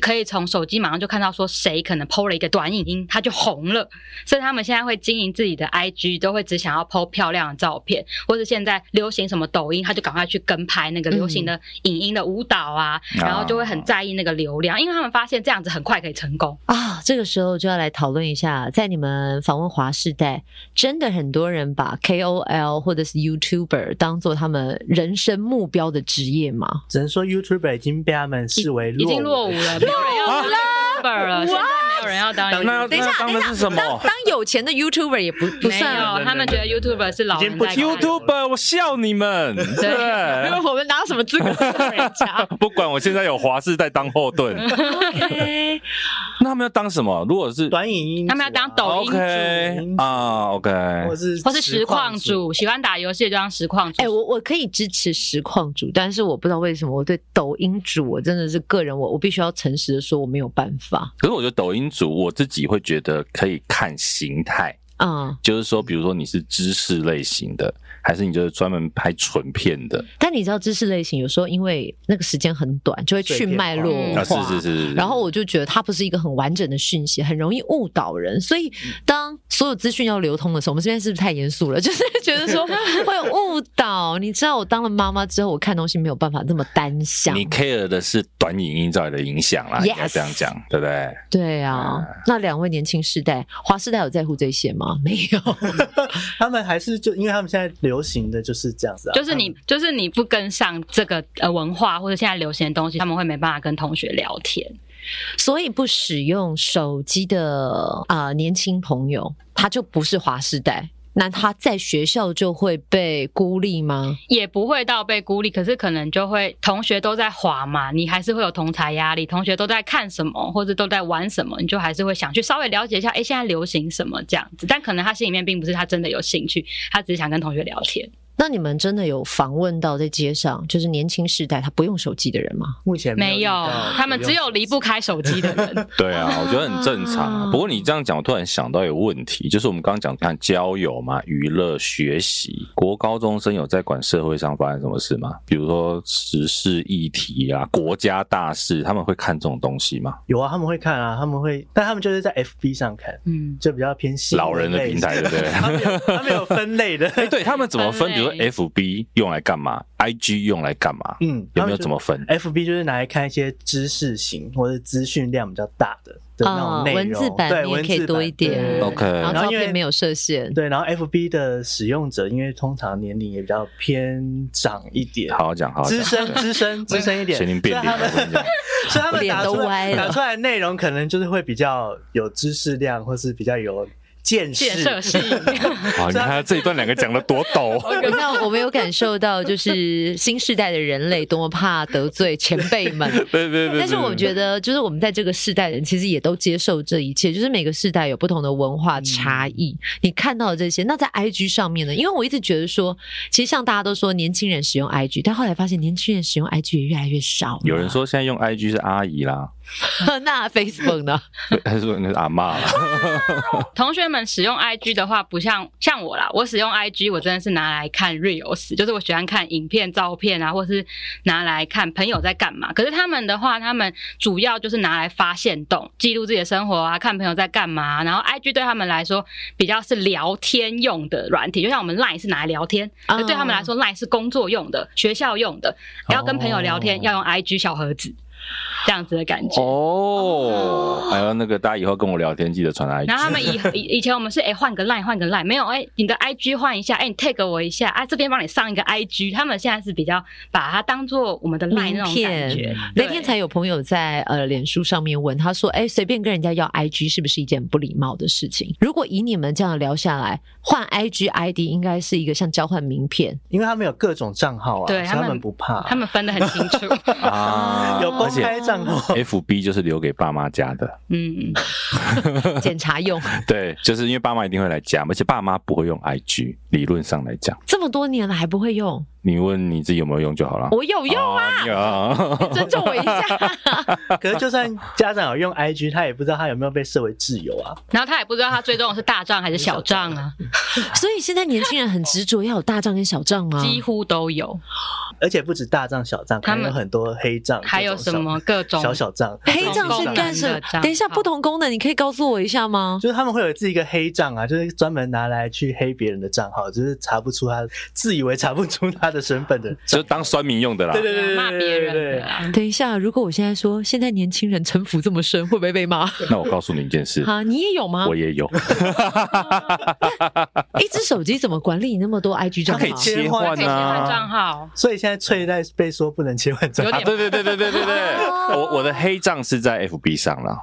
D: 可以从手机马上就看到说谁可能 PO 了一个短影音，他就红了，所以他们现在会经营自己的 IG，都会只想要 PO 漂亮的照片，或者现在流行什么抖音，他就赶快去跟拍那个流行的影音的舞蹈啊，
A: 嗯
D: 然后就会很在意那个流量，因为他们发现这样子很快可以成功。
B: 啊，这个时候就要来讨论一下，在你们访问华世代，真的很多人把 KOL 或者是 YouTuber 当做他们人生目标的职业吗？
C: 只能说 YouTuber 已经被他们视为
D: 已经
C: 落
D: 落伍了，没有人要当 YouTuber 了，现在没有人要当 YouTuber。
A: 那
B: 哎等一下
A: 那当的是什
B: 当
A: 么
B: 当有钱的 YouTuber 也不不
D: 没
B: 算啊
D: 哦有，他们觉得 YouTuber 是老人在看的
A: ？YouTube，我笑你们。
B: 因为
A: 对，
B: 我们哪有什么资格说人家？
A: 不管我现在有华视在当后 盾，
B: 哎
A: 那他们要当什么？如果是
C: 短影音主啊，
D: 他们要当抖音主
A: OK 啊，OK，
C: 或是
D: 或是实况
C: 主，
D: 主，喜欢打游戏的就当实况主。
B: 哎、我我可以支持实况主，但是我不知道为什么我对抖音主，我真的是个人，我我必须要诚实的说，我没有办法。
A: 可是我觉得抖音组我自己会觉得可以看形态，
B: 嗯，
A: 就是说，比如说你是知识类型的，还是你就是专门拍纯片的
B: 但你知道知识类型有时候因为那个时间很短，就会去
C: 碎片化
B: 脉络
D: 嗯
B: 化，
A: 啊？是是是是。
B: 然后我就觉得它不是一个很完整的讯息，很容易误导人。所以
A: 嗯
B: 当所有资讯要流通的时候，我们这边是不是太严肃了？ 就是觉得说会误导。你知道我当了妈妈之后，我看东西没有办法这么单向。
A: 你 care 的是短影音带来的影响啦，应该
B: Yes
A: 这样讲，对不对？
B: 对啊，
C: 哎
B: 那两位年轻世代，华世代有在乎这些吗？没有。
C: 他们还是就因为他们现在流行的就是这样子啊，
D: 就是你，就是你不跟上这个呃文化或者现在流行的东西，他们会没办法跟同学聊天。
B: 所以不使用手机的啊、呃年轻朋友，他就不是华世代。那他在学校就会被孤立吗？
D: 也不会到被孤立，可是可能就会同学都在滑嘛，你还是会有同才压力。同学都在看什么，或者都在玩什么，你就还是会想去稍微了解一下，哎、现在流行什么这样子。但可能他心里面并不是他真的有兴趣，他只是想跟同学聊天。
B: 那你们真的有访问到在街上，就是年轻世代他不用手机的人吗？
C: 目前
D: 没有
C: 遇到，
D: 他们只有离不开手机的 人。
A: 对啊，我觉得很正常啊。不过你这样讲，我突然想到一个问题，就是我们刚刚讲看交友嘛、娱乐、学习，国高中生有在管社会上发生什么事吗？比如说时事议题啊、国家大事，他们会看这种东西 吗？
C: 有啊，他们会看啊，他们会，但他们就是在 FB 上看，
D: 嗯，
C: 就比较偏新
A: 老人的
C: 类
A: 平台
C: 型
A: 对不对
C: 他们有他们有分 类的，
A: 哎，对他们怎么分？
D: 分类
A: 比如说
C: 欸
A: FB 用来干嘛，IG 用来干嘛？
C: 嗯，
A: 有没有怎么分？
C: FB 就是拿来看一些知识型或者资讯量比较大的的
D: 哦
C: 那
B: 啊
C: 种内容，
B: 文字版
C: 对
B: 你也
C: 文字
B: 可以多
C: 版
B: 一点
C: 对对对
A: OK
B: 然后
C: 然
B: 照
C: 后因为
B: 片没有设限，
C: 对，然后 FB 的使用者，因为通常年龄也比较偏长一点，
A: 好好讲，好好
C: 资
A: 讲。
C: 深资深资深一 点，
A: 神灵变脸了，我跟你讲。
C: 所以他们
B: 脸
C: 打
B: 都
C: 出
B: 歪
C: 来
B: 了
C: 打出来的内容可能就是会比较有知识量，或是比较有见识。
D: 建设性。
A: 哇，你看他这一段两个讲的多 抖。
B: 你看，我没有感受到，就是新时代的人类多么怕得罪前辈们。
A: 对对对。
B: 但是我觉
A: 得
B: 得，就是我们在这个世代人，其实也都接受这一切，就是每个世代有不同的文
A: 嗯
B: 化差异。你看到的这些，那在 IG 上面呢？因为我一直觉得说，其实像大家都说年轻人使用 IG，但后来发现年轻人使用 IG 也越来越少了。
A: 有人说现在用 IG 是阿姨啦，
B: 那 Facebook 呢？
A: 还是说那是阿妈啦？
D: 同学们使用 IG 的话，不像像我啦，我使用 IG 我真的是拿来看 reels，就是我喜欢看影片、照片啊，或是拿来看朋友在干嘛。可是他们的话，他们主要就是拿来发现动，记录自己的生活啊，看朋友在干嘛。啊然后 IG 对他们来说比较是聊天用的软体，就像我们 Line 是拿来聊天，
A: 呃
B: 啊
D: 可对他们来说 Line 是工作用的、学校用的，要跟朋友聊天、
C: 哦
D: 要用 IG 小盒子。这样子的感觉。
A: 哦， 还有那个大家以后跟我聊天记得传 I
D: 然后他们以以以前我们是哎换、个 line 换个 line，没有哎、你的 IG 换一下，哎、你 tag 我一下啊，这边帮你上一个 IG。他们现在是比较把它当做我们的 line 那种感觉。对
B: 啊那天才有朋友在呃脸书上面问，他说：“哎、随便跟人家要 IG 是不是一件不礼貌的事情？如果以你们这样聊下来，换 IG ID 应该是一个像交换名片，
C: 因为他们有各种账号啊，所
D: 对
C: 以
D: 他
C: 他
D: 们
C: 们不怕，
D: 他们哦分得很清 楚，
A: 啊，
C: 有公
A: 而且
C: 开账号，
A: FB 就是留给爸妈加的，
D: 嗯，
B: 检查 用。
A: 对，就是因为爸妈一定会来加，而且爸妈不会用 IG，理论上来讲，
B: 这么多年了还不会用，
A: 你问你自己有没有用就好了。
B: 我有用，
A: 啊，你有 啊
B: 尊重我一下。
C: 可是就算家长有用 IG，他也不知道他有没有被设为挚友啊。
D: 然后他也不知道他追踪的是大账还是小账啊，
B: 嗯所以现在年轻人很执着要有大账跟小账吗？
D: 几乎都有，
C: 而且不止大账小账，可
D: 他们
C: 能有很多黑账，
D: 还有
C: 各种
D: 什么各种
C: 小小小账、
B: 黑
D: 账
B: 账是干什
D: 不
B: 么？
D: 同功能的账号
B: 等一下，不同功能，你可以告诉我一下吗？
C: 就是他们会有自己一个黑账啊，就是专门拿来去黑别人的账号，就是查不出他自以为查不出他的身份的
A: 就
C: 账。
A: 当酸民用的啦
C: 对。对对对对对对
D: 骂别人的啊。
B: 等一下，如果我现在说现在年轻人城府这么深，会不会被骂？
A: 那我告诉你一件事，
B: 哈，你也有吗
A: 我？也有，
B: 一只手机怎么管理那么多 IG 账
A: 它
B: 号
A: 可以
B: 啊？
A: 切换
D: 可以切换
A: 啊。
D: 账号，
C: 所以现在翠在被说不能切换账
D: 有
C: 号，
A: 啊，
D: 点
A: 对对对对对对对，我我的黑账是在 FB 上了。！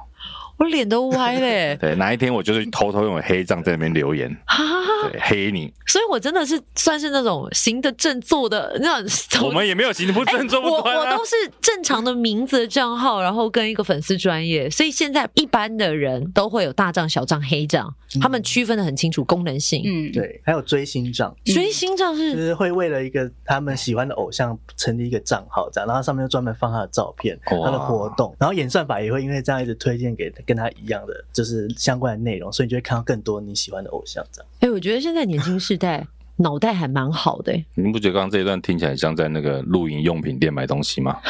B: 我脸都歪嘞
A: 对，哪一天我就是偷偷用我黑账在那边留言，
B: 哈，
A: 对，黑你。
B: 所以我真的是算是那种行得正坐的那种。
A: 我们也没有 行不
B: 哎
A: 正坐
B: 我
A: 不端
B: 我
A: 啊
B: 都。是正常的名字的账号，然后跟一个粉丝专业，所以现在一般的人都会有大账、小账、黑账，
A: 嗯
B: 他们区分的很清楚功能性。
D: 嗯，
C: 对，还有追星账。
A: 嗯
B: 追星账
C: 就是是会为了一个他们喜欢的偶像成立一个账号，这样，然后上面就专门放他的照片、
A: 哇
C: 他的活动，然后演算法也会因为这样一直推荐给跟他一样的就是相关的内容，所以你就会看到更多你喜欢的偶像这样。
B: 哎、我觉得现在年轻世代脑袋还蛮好 的、欸
A: 你们不觉得刚刚这一段听起来像在那个露营用品店买东西 吗？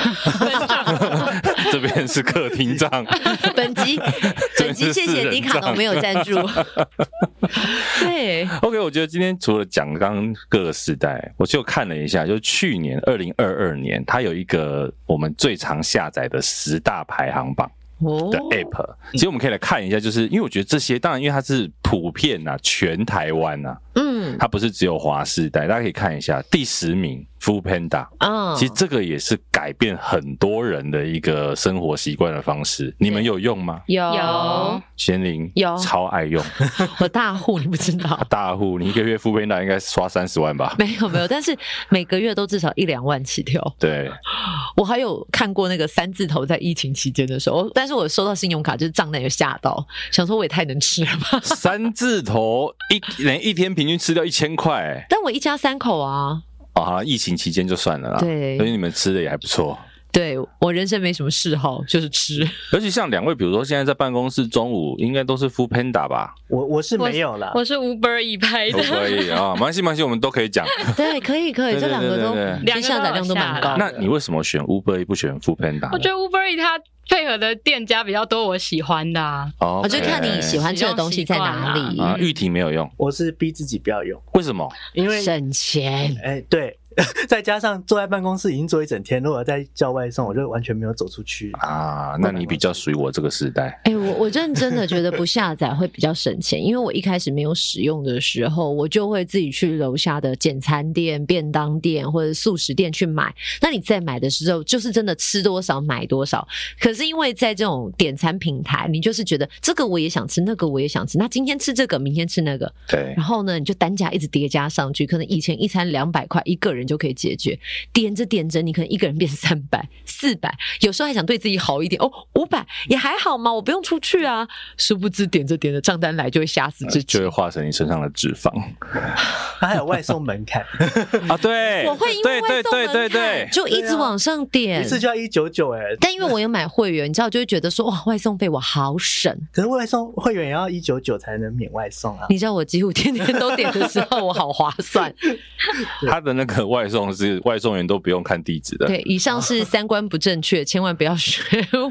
A: 这边是客厅账，
B: 本集本集谢谢迪卡侬没有赞助。 对，
A: OK，我觉得今天除了讲刚刚各个时代，我就看了一下，就是去年二零二二年，它有一个我们最常下载的十大排行榜
B: 哦
A: 的 App，、其实我们可以来看一下，就是因为我觉得这些，当然因为它是普遍啊，全台湾啊，
B: 嗯
A: 它不是只有华世代，大家可以看一下第十名 Food Panda。
B: 啊，
A: 其实这个也是改变很多人的一个生活习惯的方式，你们有用吗？
B: 有
C: 哦
D: 有
A: 贤玲
B: 有
A: 超爱用，
B: 我大户，你不知道。
A: 大户你一个月 Food Panda 应该刷三十万吧？
B: 没有没有，但是每个月都至少一两万起跳。
A: 对，
B: 我还有看过那个三字头在疫情期间的时候，但是我收到信用卡就是账单有吓到，想说我也太能吃了吧。
A: 三字头一人一天平均吃掉一千块、欸，
B: 但我一家三口啊，
A: 哦，好像疫情期间就算了啦。
B: 对
A: 所以你们吃的也还不错。
B: 对我人生没什么嗜好，就是 吃。
A: 尤其像两位，比如说现在在办公室，中午应该都是 Food Panda 吧？
C: 我我是没有啦，
D: 我是 Uber 一拍
A: 都
D: 的，
A: 可以啊，没关系，没关系，我们都可以讲。
B: 对，可以可以，
A: 对对
B: 这两个都
A: 对对对
B: 其实下载量都蛮高的。
A: 那你为什么选 Uber 不选 Food Panda？
D: 我觉得 Uber E 它配合的店家比较多，我喜欢的、啊。
A: 哦
B: 我就看你喜欢吃的东西在哪
D: 使用习
B: 里
D: 惯，
A: 啊，玉婷没有用，
C: 我是逼自己不要用，
A: 为什么？
C: 因为
B: 省钱。
C: 哎、对， 再加上坐在办公室已经坐一整天，如果在叫外送，我就完全没有走出去。
A: 啊，那你比较属于我这个时代。
B: 哎、我我认真的觉得不下载会比较省钱，因为我一开始没有使用的时候，我就会自己去楼下的简餐店、便当店或者素食店去买。那你在买的时候，就是真的吃多少买多少。可是因为在这种点餐平台，你就是觉得这个我也想吃，那个我也想吃，那今天吃这个，明天吃那个，
A: 对，
B: 然后呢，你就单价一直叠加上去，可能以前一餐两百块，一个人就可以解决，点着点着，你可能一个人变三百、四百，有时候还想对自己好一点哦，五百也还好嘛，我不用出去啊。殊不知点着点着，账单来就会吓死自己
A: 就会。化成你身上的脂肪
C: 它还有外送门 槛，
A: 啊！对，
B: 我会因为外
A: 对
B: 送
A: 对
B: 门
A: 对对对
B: 槛，就一直往上点
C: 一。次就要一九九哎，
B: 但因为我有买会员，你知道，就会觉得说哇，外送费我好省。
C: 可是外送会员也要一九九才能免外送啊。
B: 你知道我几乎天天都点的时候，我好划 算。
A: 他的那个外送是外送员都不用看地址的，
B: 对，以上是三观不正确，千万不要学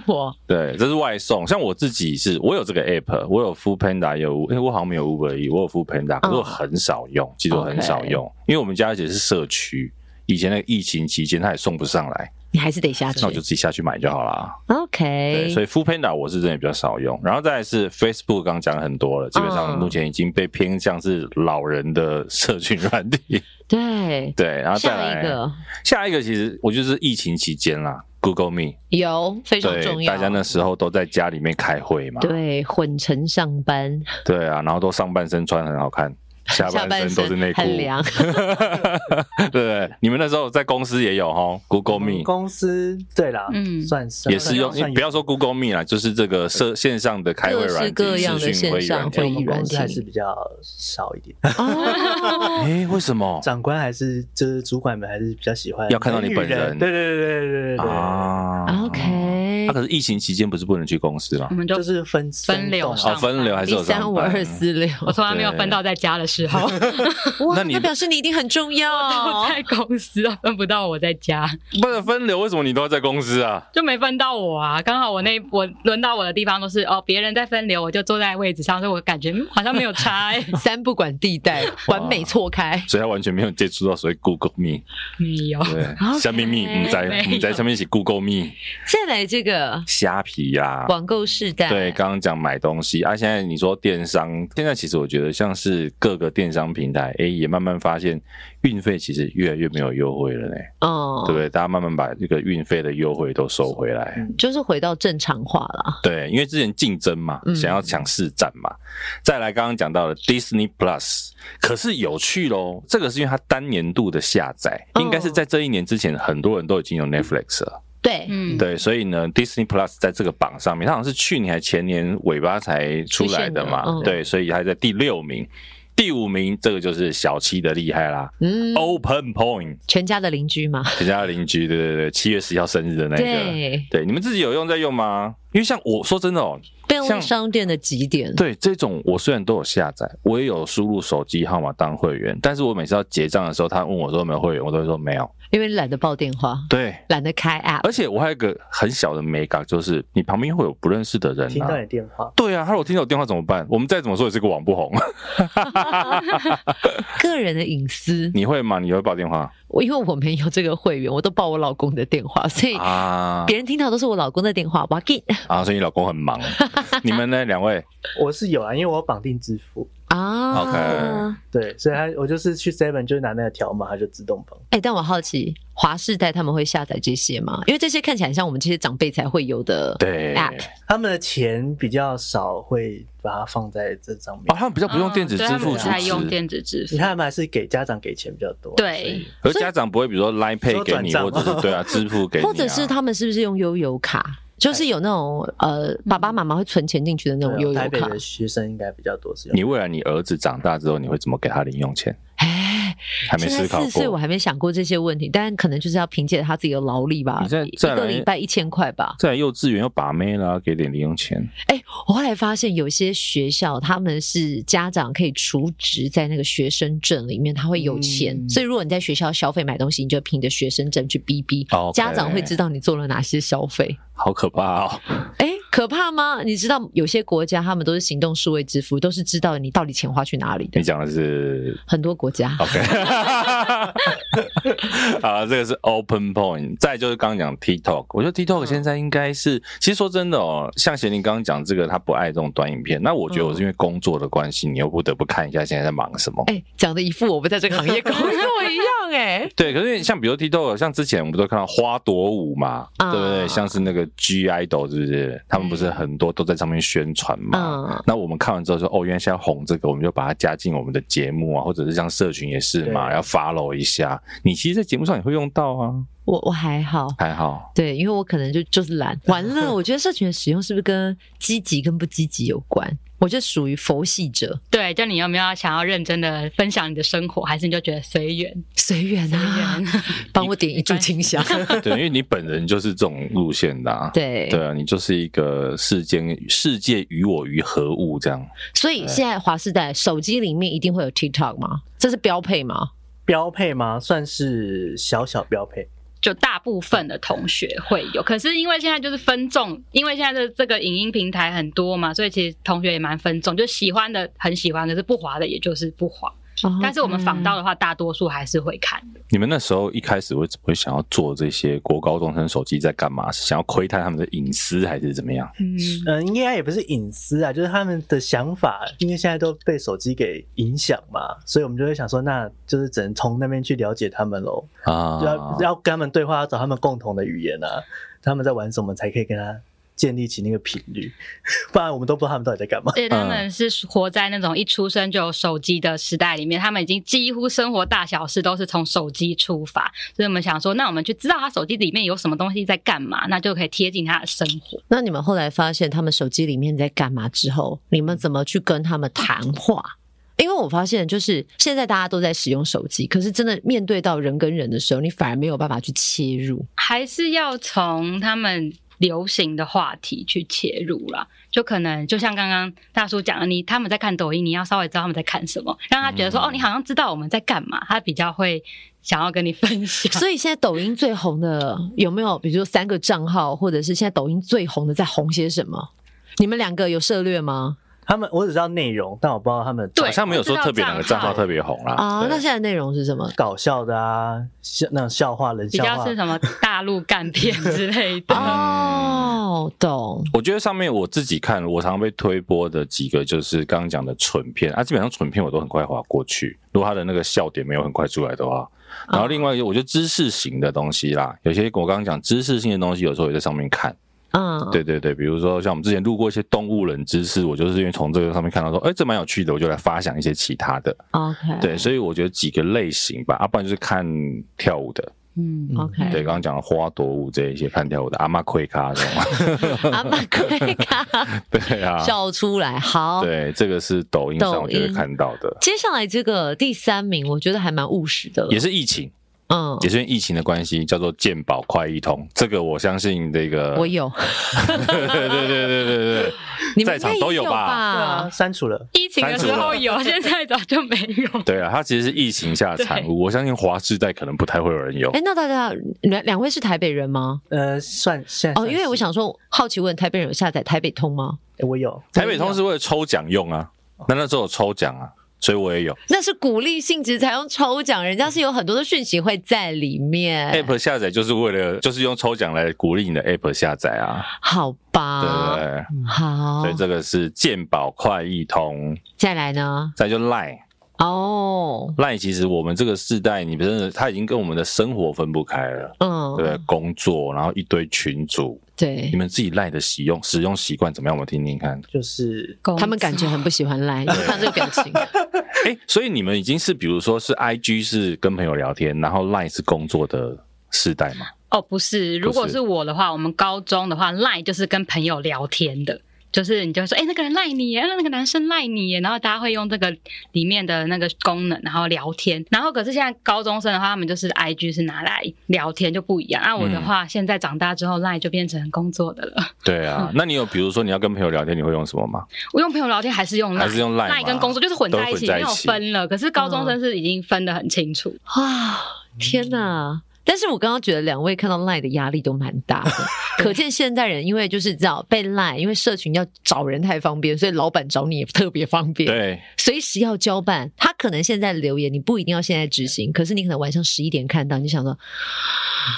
B: 我。
A: 对，这是外送。像我自己是，我有这个 app，我有 Food Panda，有，哎、我好像没有 Uber E，我有 Food
B: 哦
A: Panda，可是我很少用，其实我很少用因为我们家也是社区，以前那个疫情期间他也送不上来，
B: 你还是得下去
A: 那我。就自己下去买就好啦。对，
B: OK，
A: 所以 f o o Panda 我是真的比较少用，然后再来是 Facebook，刚刚讲了很多了，基本上
B: 嗯
A: 目前已经被偏向是老人的社群软体。
B: 对，
A: 对，然后再
B: 下
A: 来
B: 一个
A: 下一个其实我就是疫情期间啦，Google Me，
B: 有非常重
A: 对，
B: 要，
A: 大家那时候都在家里面开会嘛，
B: 对混成上班，
A: 对啊，然后都上半身穿很好看，下
B: 下
A: 半
B: 半
A: 身都是内裤，，
B: 很凉
A: 对对，你们那时候在公司也有哈，Google
C: 我们
A: Me
C: 公司对啦，
D: 嗯
C: 算是
A: 也是用，
C: 算
A: 不要说 Google Me 啦，就是这个社线上的开会
B: 各式
A: 软体、
B: 各样的
A: 视讯会议
B: 线上
A: 软
C: 对
A: 体。
B: 会
C: 我
B: 议
C: 们
B: 软
C: 公司
B: 体
C: 还是比较少一点，
B: 哦
A: 哎，为什么？
C: 长官还是就是主管们还是比较喜欢
A: 要看到你本
C: 人与
A: 人
C: 对对对对对对对
A: 啊
B: ，OK 嗯
A: 那、。可是疫情期间不是不能去公司吗
D: 我？们就
C: 就是分
D: 分流
C: 分
A: 哦，
C: 栋啊
A: 分流还是
B: 一
A: 有
B: 三
A: 上
B: 五
A: 班
B: 二四六，
D: 我从来没有分到在家的时 候，
B: 哇，
A: 那你
B: 那表示你一定很重要
D: 我。在公司都分不到我在家，
A: 嗯不是分流，为什么你都要在公司啊？
D: 就没分到我啊。刚好我那我轮到我的地方都是哦，别人在分流，我就坐在位置上，所以我感觉嗯好像没有差、 欸，
B: 三不管地带，完美错开。
A: 所以他完全没有接触到所谓 Google Me，
D: 没有。
A: 对，虾米蜜，你在你在上面写 Google Me，
B: 再来这个
A: 虾皮呀、
B: 网购世代，
A: 对，刚刚讲买东西啊，现在你说电商，现在其实我觉得像是各个电商平台，哎、也慢慢发现运费其实越来越没有优惠了呢、
B: 哦，
A: 对不对？大家慢慢把这个运费的优惠都收回来。
B: 就是回到正常化了。
A: 对，因为之前竞争嘛，
B: 嗯
A: 想要抢市占嘛。再来，刚刚讲到了 Disney Plus，可是有趣喽，这个是因为它单年度的下载，
B: 哦
A: 应该是在这一年之前，很多人都已经有 Netflix 了。
B: 对，
D: 嗯，
A: 对，所以呢，Disney Plus 在这个榜上面，它好像是去年还前年尾巴才出来的嘛，
B: 出现的嗯
A: 对，所以它在第六名。第五名，这个就是小七的厉害啦、
B: 嗯，
A: o p e n Point，
B: 全家的邻居嘛，
A: 人家的邻居，对对对，七月十号生日的那个，
B: 对，
A: 对，你们自己有用在用吗？因为像我说真的哦，
B: 便利
A: 像
B: 商店的几点？
A: 对这种我虽然都有下载，我也有输入手机号码当会员，但是我每次要结账的时候，他问我说有没有会员，我都会说没有。
B: 因为懒得报电话，
A: 对，
B: 懒得开 app，
A: 而且我还有一个很小的美感，就是你旁边会有不认识的人
C: 听
A: 啊
C: 到。你电
D: 哦
C: 话，
A: 对啊，他如果听到我电话怎么办？我们再怎么说也是个网不红，
B: 个人的隐私。
A: 你会吗？你会报电话
B: 我因为我没有这个会员，我都报我老公的电话，所以
A: 啊？
B: 别人听到都是我老公的电话。哇，给
A: 啊，所以你老公很 忙。你们呢？两位
C: 我是有啊，因为我有绑定支付，
B: 啊
A: OK
C: 对，所以他我就是去 Seven 就拿那个条码，他就自动绑。
B: 哎、但我好奇，华世代他们会下载这些吗？因为这些看起来很像我们这些长辈才会有的
A: 对
B: app。
C: 他们的钱比较少，会把它放在这上面
A: 哦，。他们比较不用
D: 哦
A: 电
B: 嗯
A: 子
D: 对
A: 支
D: 他们
A: 付
D: 不
A: 主
D: 太用
A: 持，
D: 电子支
C: 你
D: 付，
C: 看，他们还是给家长给钱比较多。啊所
D: 对
C: 以，
A: 而家长不会比如说 Line Pay
C: 说
A: 给你，或
C: 转账
A: 者 是对啊支付给你啊，
B: 或者是他们是不是用悠游卡？就是有那种呃，
A: 嗯
B: 爸爸妈妈会存钱进去的那种
C: 对啊
B: 悠
C: 台
B: 游
C: 北
B: 卡
C: 的。学生应该比较多是
A: 你
C: 用。
A: 未来你儿子长大之后，你会怎么给他零用钱？
B: 哎，
A: 还没
B: 现
A: 思
B: 在
A: 考
B: 四岁，我
A: 过。
B: 还没想过这些问题，但可能就是要凭借他自己的劳力吧
A: 你再，
B: 一
A: 再
B: 个
A: 来
B: 礼拜一千块吧。
A: 在幼稚园要把妹啦，给点零用钱。
B: 哎、我后来发现有些学校他们是家长可以除职在那个学生证里面，他会有钱，
C: 嗯
B: 所以如果你在学校消费买东西，你就凭着学生证去逼逼
A: 哦 OK
B: 家长会知道你做了哪些消费。
A: 好可怕哦！
B: 哎、可怕吗？你知道有些国家他们都是行动数位支付，都是知道你到底钱花去哪里的
A: 你。讲的是
B: 很多国家
A: OK，啊，这个是 Open Point，再就是刚刚讲 TikTok，我觉得 TikTok
B: 嗯
A: 现在应该是，其实说真的哦，像贤玲刚刚讲这个，他不爱这种短影片，那我
B: 嗯
A: 觉得我是因为工作的关系，你又不得不看一下现在在忙什么。
B: 哎，讲的一副我不在这个行 业工作一样哎、
D: 欸
A: 对，可是像比如 TikTok，像之前我们都看到花朵舞嘛，
B: 啊
A: 对不对？像是那个 G Idol，是不是？他们不是很多都在上面宣传嘛？
B: 嗯，
A: 那我们看完之后说，哦，原来现在红这个，我们就把它加进我们的节目啊，或者是像社群也是嘛，
C: 对
A: 要 follow 一下。你其实，在节目上也会用到啊，
B: 我我还好，
A: 还 好。
B: 对，因为我可能就就是懒。完 了，我觉得社群的使用是不是跟积极跟不积极有关？我就属于佛系者，
D: 对，就你有没有想要认真的分享你的生活，还是你就觉得随 缘？
B: 随缘
D: 随
B: 啊，
D: 缘，
B: 帮我点一炷清香。
A: 对，因为你本人就是这种路线的啊。
B: 对，
A: 对啊，你就是一个世间世界与我于何物这样。
B: 所以现在华世代手机里面一定会有 TikTok 吗？这是标配吗？
C: 标配吗？算是小小标配。
D: 就大部分的同学会有，可是因为现在就是分众，因为现在的这个影音平台很多嘛，所以其实同学也蛮分众，就喜欢
B: 哦
D: 的很喜欢，可是不滑的也就是不滑。但是我们访到的话，大多数还是会看的。
A: 你们那时候一开始会怎么会想要做这些国高中生手机在干嘛？是想要窥探他们的隐私，还是怎么样？
D: 嗯，
C: 嗯，应该也不是隐私啊，就是他们的想法，因为现在都被手机给影响嘛，所以我们就会想说，那就是只能从那边去了解他们喽，
A: 啊
C: 就要要跟他们对话，要找他们共同的语言啊，他们在玩什么，才可以跟他建立起那个频率， 不然我们都不知道他们到底在干嘛
D: 而。且他们是活在那种一出生就有手机的时代里面，他们已经几乎生活大小事都是从手机出发，所以我们想说，那我们就知道他手机里面有什么东西在干嘛，那就可以贴近他的生活。
B: 那你们后来发现他们手机里面在干嘛之后，你们怎么去跟他们谈话？因为我发现，就是现在大家都在使用手机，可是真的面对到人跟人的时候，你反而没有办法去切入。
D: 还是要从他们流行的话题去切入啦，就可能就像刚刚大叔讲的，你他们在看抖音，你要稍微知道他们在看什么，让他觉得说、
A: 嗯
D: 哦，你好像知道我们在干嘛，他比较会想要跟你分 享。
B: 所以现在抖音最红的有没有，比如说三个账号，或者是现在抖音最红的在红些什么？你们两个有涉略吗？
C: 他们我只知道内容，但我不知道他们
A: 好
D: 对
A: 像没有说特别哪个账号特别红啦。
B: 啊，
C: 对
B: 那现在内容是什么？
C: 搞笑的啊，笑那种笑话、冷
D: 比
C: 笑
D: 较
C: 话
D: 是，什么大陆干片之类 的，
B: 啊哦，懂。
A: 我觉得上面我自己看，我常常被推播的几个就是刚刚讲的蠢片啊，基本上蠢片我都很快划过去。如果他的那个笑点没有很快出来的话，然后另外一个我觉得知识型的东西啦，有些我刚刚讲知识性的东西，有时候也在上面看。
B: 嗯，
A: 对对对，比如说像我们之前路过一些动物冷知识，我就是因为从这个上面看到说，哎，这蛮有趣的，我就来发想一些其他的。
B: ，OK，
A: 对，所以我觉得几个类型吧，啊，不然就是看跳舞的，
D: 嗯，
B: ，OK，
A: 对，刚刚讲的花朵舞这一些看跳舞的，阿妈亏咖这种，
B: 阿玛奎卡
A: 对 啊，
B: 笑出来，好。
A: 对，这个是抖音上我就会看到的，
B: 接下来这个第三名，我觉得还蛮务实的了，
A: 也是疫情，
B: 嗯，
A: 也是因为疫情的关系，叫做健保快易通，这个我相信这个，
B: 我有，
A: 对对对对对对，
B: 你们
A: 在场都
B: 应该也有
A: 有吧
C: 对啊，删除了。
D: 疫情的时候
B: 啊
D: 有，现在早就没有。
A: 对啊，它其实是疫情下的产物，我相信华世代可能不太会有人有
B: 哎、，那大家两两位是台北人吗？
C: 呃，算现在
B: 哦，因为我
C: 算
B: 想说，好奇问台北人有下载台北通吗？
C: 是、我有
A: 台北通是为了抽奖用啊，那那时候有抽奖啊，所以我也有
B: 那是鼓励性质才用抽奖，人家是有很多的讯息会在里面。
A: app 下载，哎就是为了就是用抽奖来鼓励你的 app 下载啊，
B: 好
A: 对
B: 吧，
A: 对对。
B: 好
A: 所以，这个是健保快易通，
B: 再来呢？
A: 再就 Line
B: 哦，
A: Line，其实我们这个世代，你真的它已经跟我们的生活分不开了，
B: 嗯，
D: 哦
A: 对不对，工作，然后一堆群组，
B: 对
A: 你们自己 Line 的使用使用习惯怎么样？我们听听看。
C: 就是
B: 他们感觉很不喜欢来，你看这个表 情，
A: 哎，所以你们已经是比如说是 IG 是跟朋友聊天，然后 Line 是工作的世代嘛？
D: 哦，不是，如果是我的话，我们高中的话，Line 就是跟朋友聊天的，就是你就会说，哎、那个人赖你耶，那那个男生赖你耶，然后大家会用这个里面的那个功能，然后聊天。然后可是现在高中生的话，他们就是 IG 是拿来聊天就不一样。那、啊我
A: 嗯
D: 的话，现在长大之后，Line 就变成工作的了。
A: 对
D: 嗯
A: 啊，那你有比如说你要跟朋友聊天，你会用什么吗？
D: 我用朋友聊天还是用 Line，
A: 还是用 Line 吗
D: Line 嗯跟工作就是混在一起，
A: 都混在
D: 没
A: 一
D: 有
A: 起嗯
D: 分了。可是高中生是已经分得很清楚。
B: 啊，天哪！但是我刚刚觉得两位看到赖的压力都蛮 大的，可见现代人因为就是知道被赖，因为社群要找人太方便，所以老板找你也特别方便，
A: 对，
B: 随时要交办。他可能现在留言，你不一定要现在执行，可是你可能晚上十一点看到，你就想说，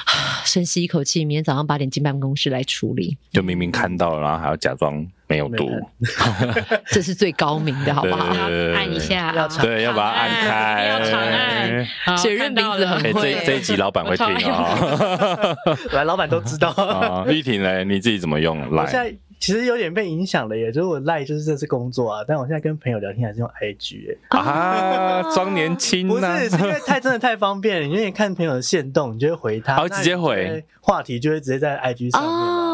B: 啊深吸一口气，明天早上八点进办公室来处理，
A: 就明明看到了，然后还要假装没有读
C: 没，
D: 嗯
C: 看
B: 这是最高明的，好不好
A: 对？
D: 要按一下，
C: 要长
A: 对，要把它按开，
D: 要长按。啊好
B: 写任
D: 看到
B: 名字
D: 了
B: 很
A: 哎、
B: 会
A: 这这一集老板会听
D: 嗯
A: 哦。
C: 来，老板都知 道。
A: 啊，丽婷嘞，你自己怎么用
C: 我现
A: 来？
C: 在其实有点被影响了耶，就是我赖就是这次工作啊，但我现在跟朋友聊天还是用 IG 耶，
A: 啊，装年轻
C: 不
A: 呢、
C: 是是因为太真的太方便了，你因为你看朋友的线动，你就会回他，
A: 哦
C: 那
A: 直接回
C: 你就会话题，就会直接在 IG 上面啊。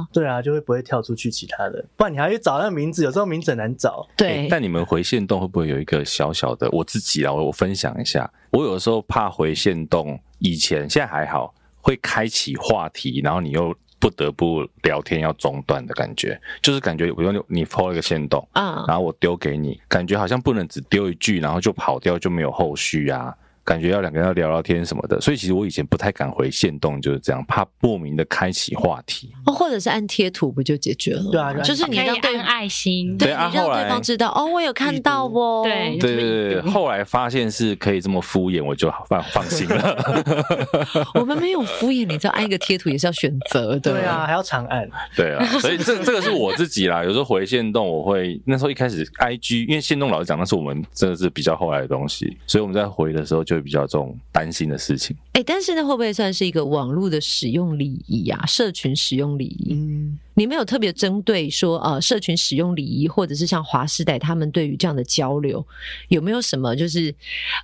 B: 哦，
C: 对啊，就会不会跳出去其他的，不然你还要去找那个名字，有时候名字很难找。
A: 哎
B: 对，
A: 但你们回线动会不会有一个小小的？我自己啊，我我分享一下，我有的时候怕回线动，以前现在还好，会开启话题，然后你又不得不聊天要中断的感觉，就是感觉我用你抛一个线动，
B: 啊，
A: 然后我丢给你，感觉好像不能只丢一句，然后就跑掉就没有后续啊。感觉要两个人要聊聊天什么的，所以其实我以前不太敢回线动，就是这样，怕莫名的开启话题。
B: 哦，或者是按贴图不就解决了吗？
C: 对啊就按
B: 就是你
D: 可以
B: 让对
D: 按爱心，
B: 对，
A: 对啊
B: 你让
A: 后来
B: 对方知道哦，我有看到哦。
D: 对
A: 对对对，后来发现是可以这么敷衍，我就放放心了。
B: 我们没有敷衍，你知道，按一个贴图也是要选择的。
C: 对啊，还要长按，
A: 对啊，所以这这个是我自己啦。有时候回线动，我会那时候一开始 I G，因为线动老实讲，那是我们真的是比较后来的东西，所以我们在回的时候就会比较这种担心的事情。
B: 哎、但是那会不会算是一个网络的使用礼仪啊？社群使用礼仪，
C: 嗯，
B: 你没有特别针对说呃，社群使用礼仪，或者是像华师代他们对于这样的交流，有没有什么就是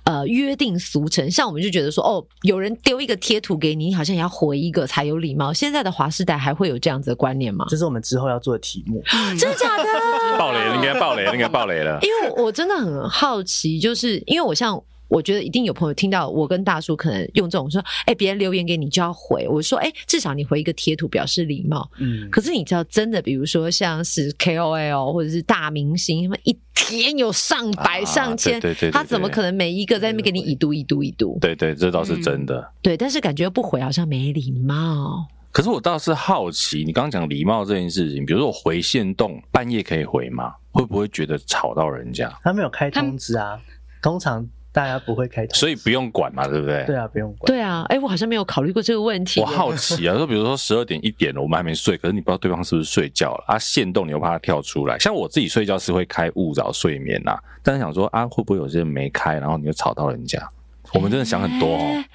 B: 呃约定俗成？像我们就觉得说，哦，有人丢一个贴图给你，你好像也要回一个才有礼貌。现在的华师代还会有这样子的观念吗？
C: 这是我们之后要做的题目。
B: 真的假的？
A: 爆雷了，应该爆雷了，应该爆雷了。
B: 因为我我真的很好奇，就是因为我像。我觉得一定有朋友听到我跟大叔可能用这种说，哎、别人留言给你就要回，我说，哎、至少你回一个贴图表示礼貌。
C: 嗯，
B: 可是你知道，真的，比如说像是 KOL 或者是大明星，他们一天有上百
A: 啊
B: 上千，
A: 对对对对
B: 他怎么可能每一个在那边给你已读已读已 读？
A: 对对，这倒是真的。
B: 对，但是感觉不回好像没礼貌。
A: 可是我倒是好奇，你刚刚讲礼貌这件事情，比如说我回线动，半夜可以回吗？会不会觉得吵到人家？
C: 他没有开通知啊，通常大家不会开通知，
A: 所以不用管嘛，对不对？
C: 对啊，不用管。
B: 对啊，哎、我好像没有考虑过这个问题耶。
A: 我好奇啊，说比如说十二点一点了，我们还没睡，可是你不知道对方是不是睡觉了啊？线动你又怕他跳出来，像我自己睡觉是会开勿扰睡眠呐、但是想说啊，会不会有些人没开，然后你就吵到人家？我们真的想很多哦
B: 哎，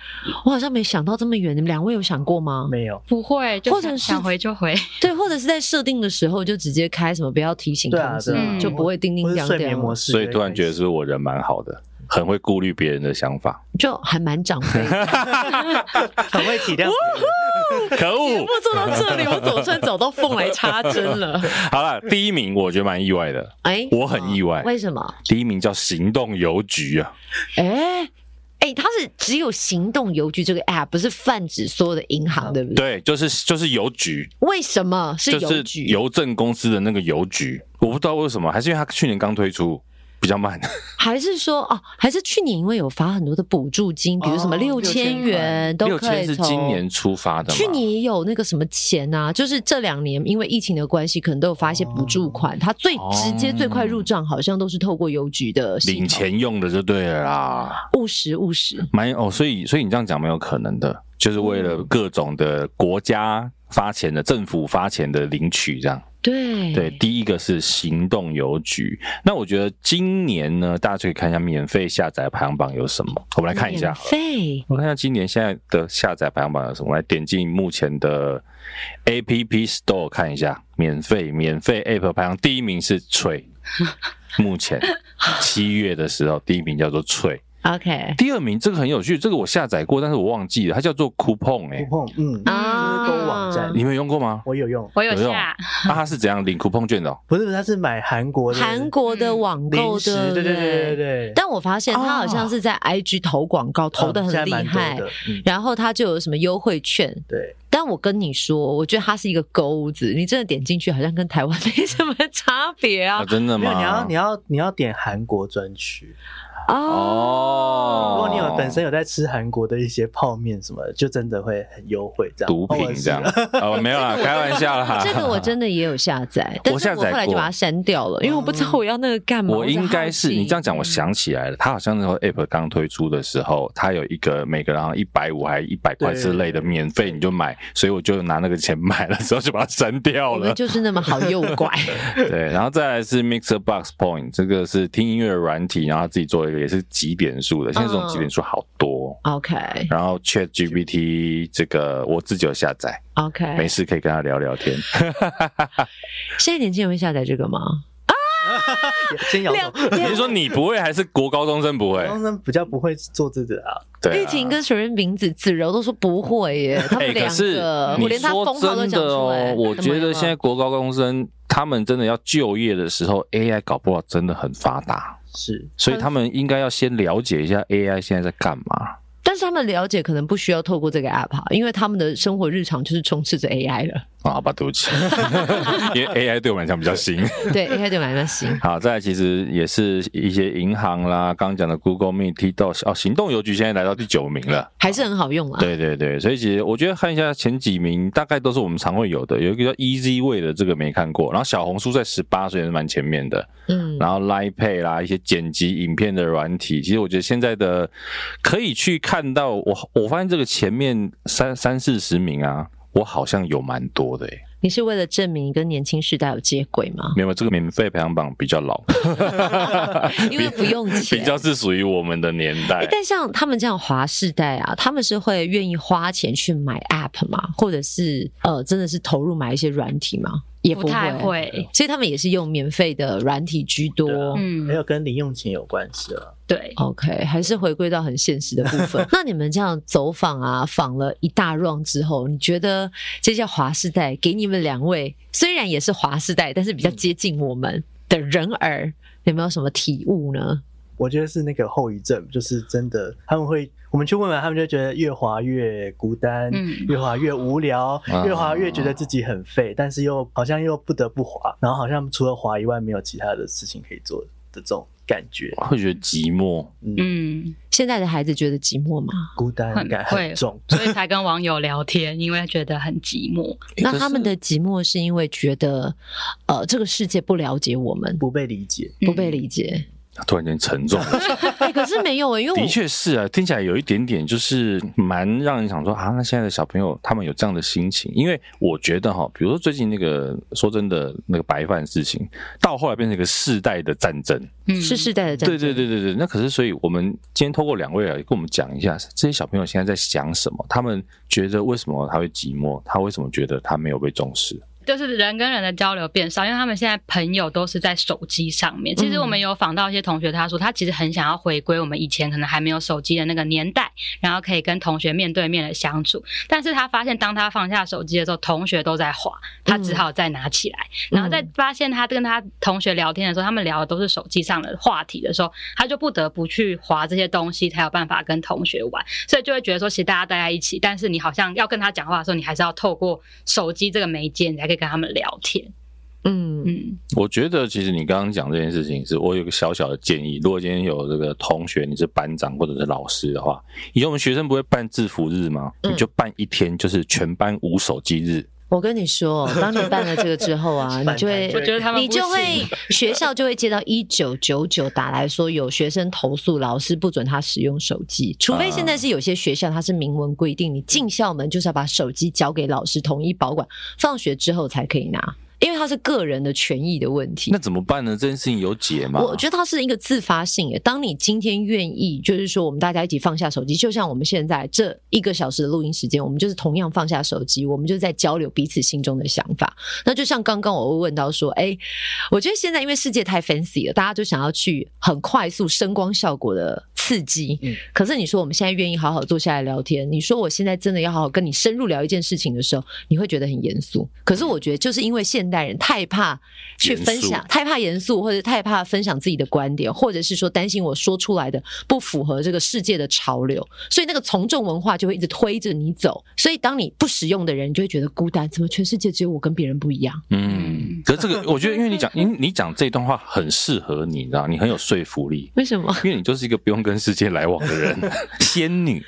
B: 我好像没想到这么远。你们两位有想过吗？
C: 没有，
D: 不会，就
B: 或者
D: 想
B: 是
D: 想回就回。
B: 对，或者是在设定的时候就直接开什么不要提醒
C: 对啊，
B: 通知，
C: 对啊，
D: 嗯
B: 就不会叮
C: 或
B: 叮
C: 是
B: 当
C: 睡眠模
B: 当，
C: 式就
A: 所
C: 会开始，
A: 以突然觉 得是不是我人蛮好的，很会顾虑别人的想法，
B: 就还蛮 长辈 的。
C: 很会体谅。
A: 可恶！
B: 做到这里，我总算找到缝来插针 了。
A: 好了，第一名我觉得蛮意外的，
B: 哎，
A: 我很意外
B: 为什么？
A: 第一名叫行动邮局啊，
B: 哎、哎，它是只有行动邮局这个 app，不是泛指所有的银行，对不对？
A: 对，就是就是邮局，
B: 为什么是邮
A: 就
B: 局？
A: 是邮政公司的那个邮局，我不知道为什么，还是因为他去年刚推出，比较慢。
B: 还是说哦，还是去年因为有发很多的补助金，比如什么
C: 哦
B: 六千元都
A: 六
B: 可
A: 千
B: 以
A: 是
B: 从
A: 今年出发的吗？
B: 去年也有那个什么钱啊，就是这两年因为疫情的关系，可能都有发一些补助款。它最直接、
A: 哦
B: 最快入账，好像都是透过邮局的系统
A: 领，钱用的就对了啦，
B: 务实务实。
A: 蛮有哦，所以所以你这样讲蛮有可能的，就是为了各种的国家发钱的、政府发钱的领取这样。
B: 嗯对
A: 对，第一个是行动邮局。那我觉得今年呢，大家可以看一下免费下载排行榜有什么，我们来看一下
B: 免。费
A: 我看一下今年现在的下载排行榜有什么，我来点进目前的 A P P Store 看一下，免费免费 App 排行第一名是 翠，目前七月的时候第一名叫做翠，
B: ，OK
A: 第二名这个很有趣，这个我下载过，但是我忘记了，它叫做 Coupon 哎、
C: 不碰，嗯，
B: 啊
C: 就是购物网站
A: 你们有用过吗？
C: 我有用，
D: 我有
A: 有用
D: 下，
A: 那、它是怎样领 Coupon 券的、哦？
C: 不是，不是，他是买韩国的
B: 韩国的网购
C: 零食
B: 的，，
C: 对对对对对，
B: 但我发现他好像是在 IG 投广告，投的
C: 嗯
B: 很
C: 现在
B: 厉
C: 蛮多
B: 害，
C: 的嗯
B: 然后他就有什么优惠券。
C: 对，
B: 但我跟你说，我觉得它是一个钩子，你真的点进去好像跟台湾 没什么差别啊
D: 哦
A: 啊，！真的
C: 没有，你要
A: 吗
C: 你？要你要点韩国专区。
A: 哦
C: 如
B: 哦
C: 果你有本身有在吃韩国的一些泡面什么的，就真的会很优惠这样。
A: 毒
C: 偶
A: 品
C: 尔是
A: 这样，哦，没有啦，开玩笑啦。
B: 这个我真的也有下载，但
A: 哦我
B: 是
A: 下
B: 我
A: 载
B: 后来就
A: 过
B: 把它删掉了，因为我不知道我要那个嗯干嘛。
A: 我
B: 只
A: 应该是
B: 好奇
A: 你这样讲，我想起来了，它好像那时候 App 刚推出的时候，它有一个每个人好像一百五还一百块之类的免费，你就买，所以我就拿那个钱买了之后就把它删掉
B: 我们
A: 了。
B: 就是那么好 诱拐。
A: 对，然后再来是 Mixer Box Point，这个是听音乐软体，然后自己做了一个也是几点数的，现在这种
B: 嗯
A: 几点数好多。
B: OK
A: 然后 Chat GPT 这个我自己有下载，没
B: OK，
A: 事可以跟他聊聊天。
B: 现在年轻人会下载这个吗？
C: 先摇头。
B: 啊
A: 你 是说你不会，还是国高中生不会？
C: 高中比较不会做这个啊，
A: 对、
B: 哦玉
A: 啊，
B: 婷跟水润饼子子柔都说不 会耶，他
A: 哎，
B: 们
A: 可
B: 两
A: 是
B: 个，
A: 你
B: 我连他
A: 说
B: 封
A: 真
B: 号都讲
A: 的
B: 出
A: 哦
B: 来。
A: 我
B: 怎么
A: 觉
B: 啊了
A: 得现在国高中生他们真的要就业的时候，AI 搞不好真的很发达，
C: 是
A: 所以他们应该要先了解一下 AI 现在在干嘛。
B: 但是他们了解可能不需要透过这个 app，啊因为他们的生活日常就是充斥着 AI 了。
A: 啊，好吧，对不 起，因为 AI 对我们来讲比较新。
B: 对，一开始买蛮行。
A: 好，再来其实也是一些银行啦，刚刚讲的 Google Meet、TikTok 哦，行动邮局现在来到第九名了。
B: 还是很好用啊。
A: 对对对，所以其实我觉得看一下前几名，大概都是我们常会有的。有一个叫 Easy Way 的，这个没看过。然后小红书在十八岁也是蛮前面的。
B: 嗯，
A: 然后 Line Pay 啦，一些剪辑影片的软体，其实我觉得现在的可以去看到我，我发现这个前面三三四十名啊，我好像有蛮多的、欸。
B: 你是为了证明跟年轻世代有接轨吗？
A: 没有，这个免费排行榜比较老，
B: 因为不用钱
A: 比较是属于我们的年代
B: 诶。但像他们这样华世代啊，他们是会愿意花钱去买 App 吗？或者是呃，真的是投入买一些软体吗？也
D: 不
B: 会，
D: 太会。
B: 所以他们也是用免费的软体居多。
C: 对啊还
D: 嗯，
C: 有跟零用钱有关系啊了。
D: 对，
B: OK，还是回归到很现实的部 分。那你们这样走访啊，访了一大 round 之后，你觉得这些华世代给你们两位，虽然也是华世代，但是比较接近我们的人儿，有没有什么体悟呢？
C: 我觉得是那个后遗症，就是真的他们会，我们去问完，他们就觉得越滑越孤单，
D: 嗯
C: 越滑越无聊，
A: 啊
C: 越滑越觉得自己很废，但是又好像又不得不滑，然后好像除了滑以外没有其他的事情可以做的这种感觉，
A: 会觉得寂寞，
D: 嗯，
B: 现在的孩子觉得寂寞吗？
C: 孤单感
D: 很会
C: 很重。
D: 所以才跟网友聊天，因为觉得很寂寞。
B: 那他们的寂寞是因为觉得，呃，这个世界不了解我们，
C: 不被理解，
B: 不被理解。
A: 啊突然间沉重了。
B: 哎，可是没有哎、因为
A: 嗯的
B: 我
A: 确是啊，听起来有一点点就是蛮让人想说啊，那现在的小朋友他们有这样的心情，因为我觉得哈，比如说最近那个说真的那个白饭事情，到后来变成一个世代的战争。
D: 嗯
B: 是世代的战
A: 对
B: 争，
A: 对对对对，那可是所以我们今天透过两位啊，跟我们讲一下这些小朋友现在在想什么，他们觉得为什么他会寂寞，他为什么觉得他没有被重视？
D: 就是人跟人的交流变少，因为他们现在朋友都是在手机上
B: 嗯
D: 面。其实我们有访到一些同学，他说他其实很想要回归我们以前可能还没有手机的那个年代，然后可以跟同学面对面的相处。但是他发现，当他放下手机的时候，同学都在滑，他
B: 嗯
D: 只好再拿起来。然后再发现他跟他同学聊天的时候，他们聊的都是手机上的话题的时候，他就不得不去划这些东西，才有办法跟同学玩。所以就会觉得说，其实大家待在一起，但是你好像要跟他讲话的时候，你还是要透过手机这个媒介，你才可以跟他们聊天。
B: 嗯，
D: 嗯
A: 我觉得其实你刚刚讲这件事情，是我有一个小小的建议。如果今天有这个同学你是班长或者是老师的话，以前我们学生不会办制服日吗？
B: 嗯
A: 你就办一天，就是全班无手机日。
B: 我跟你说，当你办了这个之后啊，你就会
C: 反弹。
D: 我觉得他们
B: 你就
D: 不行
B: 会学校就会接到一九九九打来说，有学生投诉老师不准他使用手机，除非现在是有些学校它是明文规定，你进校门就是要把手机交给老师统一保管，放学之后才可以拿，因为它是个人的权益的问题
A: 那。怎么办呢？这件事情有解吗？
B: 我觉得它是一个自发性的。当你今天愿意，就是说我们大家一起放下手机，就像我们现在这一个小时的录音时间，我们就是同样放下手机，我们就是在交流彼此心中的想法。那就像刚刚我会问到说，哎、我觉得现在因为世界太 fancy 了，大家就想要去很快速声光效果的刺激。
C: 嗯
B: 可是你说我们现在愿意好好坐下来聊天，你说我现在真的要好好跟你深入聊一件事情的时候，你会觉得很严肃。可是我觉得就是因为现代人太怕去分
A: 严
B: 享
A: 肃，
B: 太怕严肃，或者太怕分享自己的观点，或者是说担心我说出来的不符合这个世界的潮流，所以那个从众文化就会一直推着你走。所以当你不实用的人，你就会觉得孤单，怎么全世界只有我跟别人不一样？
A: 嗯，可是这个，我觉得因为你 讲，因你讲这段话很适合你，你知道，你很有说服力，
B: 为什么？
A: 因为你就是一个不用跟世界来往的 人，仙女。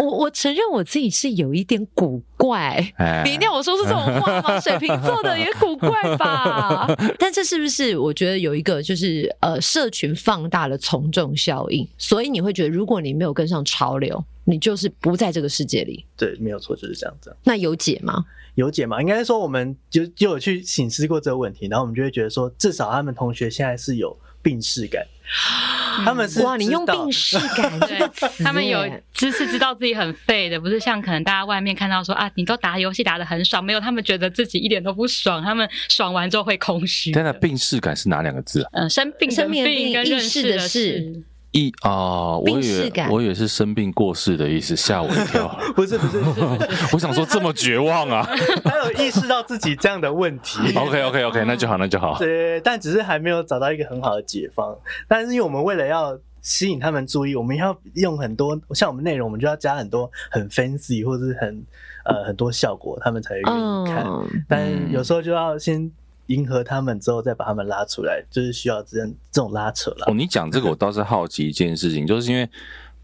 B: 我我承认我自己是有一点古怪。
A: 哎
B: 你一定要我说出这种话吗？水瓶座的也古怪吧？ 但这是不是我觉得有一个就是呃，社群放大了从众效应，所以你会觉得，如果你没有跟上潮流，你就是不在这个世界里。
C: 对，没有错，就是这样子。
B: 那有解吗？
C: 有解嘛？应该说我们就就有去醒思过这个问题，然后我们就会觉得说，至少他们同学现在是有病逝感，
D: 嗯
C: 他们是
B: 哇，你用
C: 知道
B: 病逝感这 个词 耶，
D: 他们有知识知道自己很废的，不是像可能大家外面看到说啊，你都打游戏打得很爽，没有，他们觉得自己一点都不爽，他们爽完之后会空虚。
A: 但那病逝感是哪两个字啊？
D: 嗯，生病
B: 生病
D: 病
B: 的
D: 病
B: 病
D: 跟认
B: 意识
D: 识
B: 的
D: 的
B: 事
D: 事，
A: 一啊，我
B: 病
A: 以
B: 逝
A: 为
B: 感
A: 我以为是生病过世的意思，吓我一跳。
C: 不是不是，不是
A: 我想说这么绝望啊
C: 他有意识到自己这样的问题。
A: ！OK OK OK，那就好，那就好。
C: 对，但只是还没有找到一个很好的解方。但是因为我们为了要吸引他们注意，我们要用很多像我们内容，我们就要加很多很 fancy 或者是很呃很多效果，他们才会愿意看。
B: 嗯，
C: 但有时候就要先迎合他们，之后再把他们拉出来，就是需要这样这种拉扯啦
A: 哦，。你讲这个我倒是好奇一件事情，就是因为。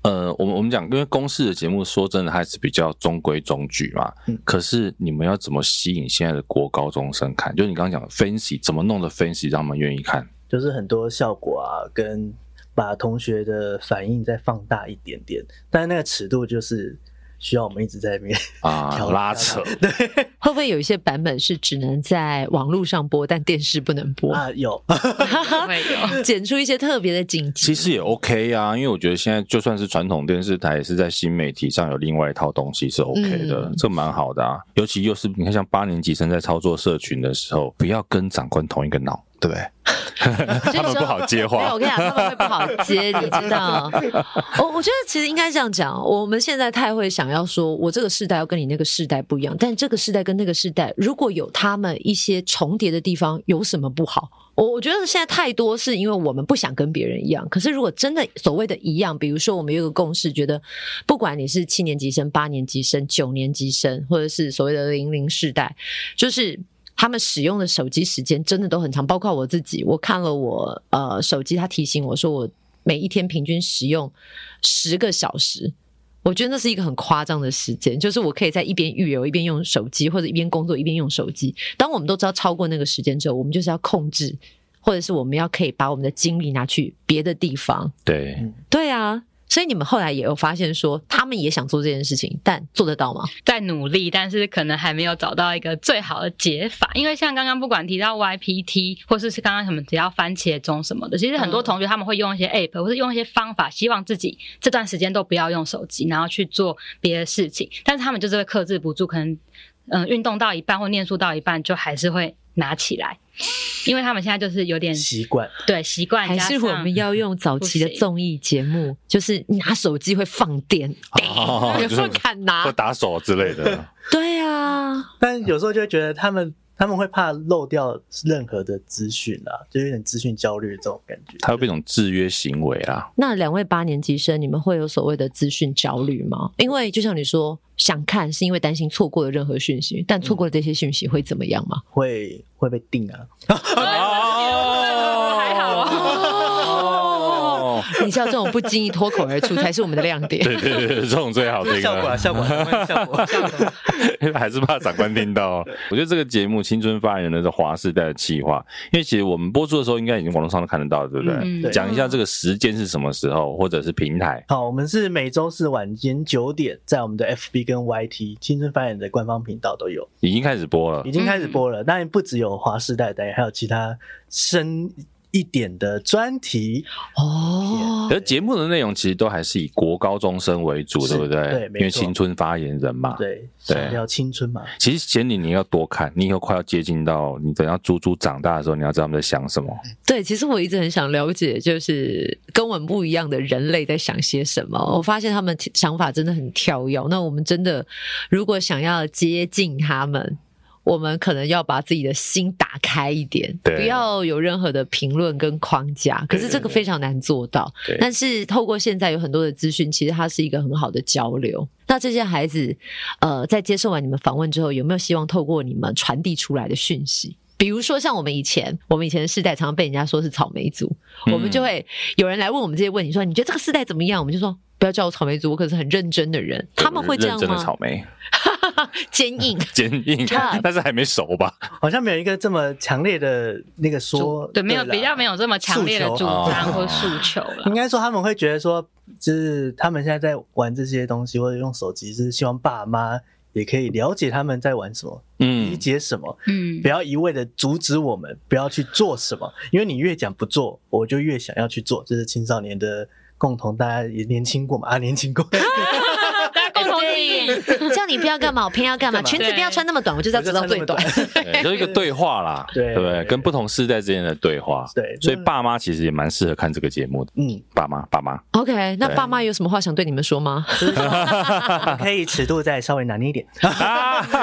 A: 呃，我们我们讲，因为公式的节目说真的还是比较中规中矩嘛。
C: 嗯
A: 可是你们要怎么吸引现在的国高中生看？就是你刚刚讲的 fancy 怎么弄的 fancy 让他们愿意看？
C: 就是很多效果啊，跟把同学的反应再放大一点点，但是那个尺度就是需要我们一直在面
A: 啊
C: 调，
A: 拉扯。
B: 会不会有一些版本是只能在网络上播，但电视不能播？
C: 啊，有
D: 会有。
B: 剪出一些特别的景
A: 其
B: 致。
A: 实也 OK 啊，因为我觉得现在就算是传统电视台，也是在新媒体上有另外一套东西是 OK 的，
B: 嗯
A: 这蛮好的啊。尤其又是你看，像八年级生在操作社群的时候，不要跟长官同一个脑，对不 对？
B: 所以
A: 他们
B: 说
A: 不好接
B: 对，
A: 话
B: 我。跟你讲，他们会不好接，你 知道？我我觉得其实应该这样讲，我们现在太会想要说，我这个世代要跟你那个世代不一样，但这个世代跟那个世代如果有他们一些重叠的地方，有什么不好？我我觉得现在太多是因为我们不想跟别人一样，可是如果真的所谓的一样，比如说我们有一个共识，觉得不管你是七年级生、八年级生、九年级生，或者是所谓的零零世代，就是他们使用的手机时间真的都很长，包括我自己，我看了我呃手机，它提醒我说我每一天平均使用十个小时。我觉得那是一个很夸张的时间，就是我可以在一边育儿一边用手机，或者一边工作一边用手机。当我们都知道超过那个时间之后，我们就是要控制，或者是我们要可以把我们的精力拿去别的地方。
A: 对，
B: 对啊，所以你们后来也有发现说，他们也想做这件事情，但做得到吗？
D: 在努力，但是可能还没有找到一个最好的解法。因为像刚刚不管提到 YPT，或是是刚刚什么只要番茄钟什么的，其实很多
B: 嗯
D: 同学他们会用一些 app，或是用一些方法，希望自己这段时间都不要用手机，然后去做别的事情。但是他们就是会克制不住，可能嗯、呃运动到一半或念书到一半，就还是会拿起来，因为他们现在就是有点
C: 习惯。
D: 对习惯，
B: 还是
D: 加
B: 我
D: 上
B: 们要用早期的
D: 不行
B: 综艺节目，就是拿手机会放电，
A: 哦
B: 有
A: 就
B: 时
A: 是
B: 候敢
A: 或
B: 拿，
A: 打手之类的。
B: 对啊，
C: 但有时候就会觉得他们他们会怕漏掉任何的资讯啊，就有点资讯焦虑这种感觉。
A: 它会被一种制约行为啊 啦。
B: 那两位八年级生，你们会有所谓的资讯焦虑吗？因为就像你说，想看是因为担心错过了任何讯息，但错过了这些讯息会怎么样吗？
C: 会会被定啊，
A: 哦
D: 还好
A: 哦，
B: 你知道这种不经意脱口而出才是我们的亮点。
A: 对对对，对这种最好的一
C: 效果 啊
A: 个，
C: 效果啊效果 啊效果啊，
A: 还是怕长官听到。哦我觉得这个节目《青春发言人》的是华世代的企划，因为其实我们播出的时候，应该已经网络上都看得到，对不对？
D: 嗯
C: 对
A: 讲一下这个时间是什么时候，或者是平台。
C: 好，我们是每周四晚间九点，在我们的 FB 跟 YT 青春发言的官方频道都有，
A: 已经开始播了
D: 嗯
C: 已。经开始播了。当然不只有华师代代，还有其他深一点的专题，
B: 哦
A: 可，是节目的内容其实都还是以国高中生为主，
C: 是
A: 对不对？
C: 对没错
A: 因为青春发言人嘛。。
C: 对，
A: 对
C: 想要青春嘛，
A: 其实贤玲，你要多看，你以后快要接近到你等到猪猪长大的时候，你要知道他们在想什么。
B: 对，其实我一直很想了解，就是跟我们不一样的人类在想些什么。我发现他们想法真的很跳跃。那我们真的如果想要接近他们，我们可能要把自己的心打开一点，
A: 对
B: 不要有任何的评论跟框架。可是这个非常难做到。
A: 对
B: 但是透过现在有很多的资讯，其实它是一个很好的交流。那这些孩子，呃，在接受完你们访问之后，有没有希望透过你们传递出来的讯息？比如说，像我们以前，我们以前的世代常常被人家说是草莓族，
A: 嗯
B: 我们就会有人来问我们这些问题，说你觉得这个世代怎么样？我们就说不要叫我草莓族，我可是很认真的人。他们会这样
A: 认真的
B: 吗
A: 草？莓，
B: 坚 硬，
A: 坚硬
B: Tough，
A: 但是还没熟吧？
C: 好像没有一个这么强烈的那个说，
D: 对没有
C: 啦
D: 比较没有这么强烈的
C: 诉
D: 主
C: 求
D: 张或诉求了。
C: 应该说他们会觉得说，就是他们现在在玩这些东西或者用手机，就是希望爸妈也可以了解他们在玩什么，理
A: 嗯，
C: 解什么，
D: 嗯
C: 不，要一味的阻止我们不要去做什么，因为你越讲不做，我就越想要去做，这是青少年的共同，大家也年轻过嘛啊，年轻过，
D: 大家共同体
B: 对，叫你不要干嘛，我偏要干嘛，
C: 干嘛
B: 裙子不要穿那么短，我 就是要
C: 我就
B: 知道
C: 穿
B: 最
C: 那么
B: 短。
A: 对就是一个对话啦，
C: 对
A: 不对？跟不同世代之间的对话，
C: 对
A: 所以爸妈其实也蛮适合看这个节目的。
C: 嗯，
A: 爸妈，爸 妈，
B: OK，那
A: 对
B: 爸妈有什么话想对你们说 吗？
C: 可以尺度再稍微拿捏一点，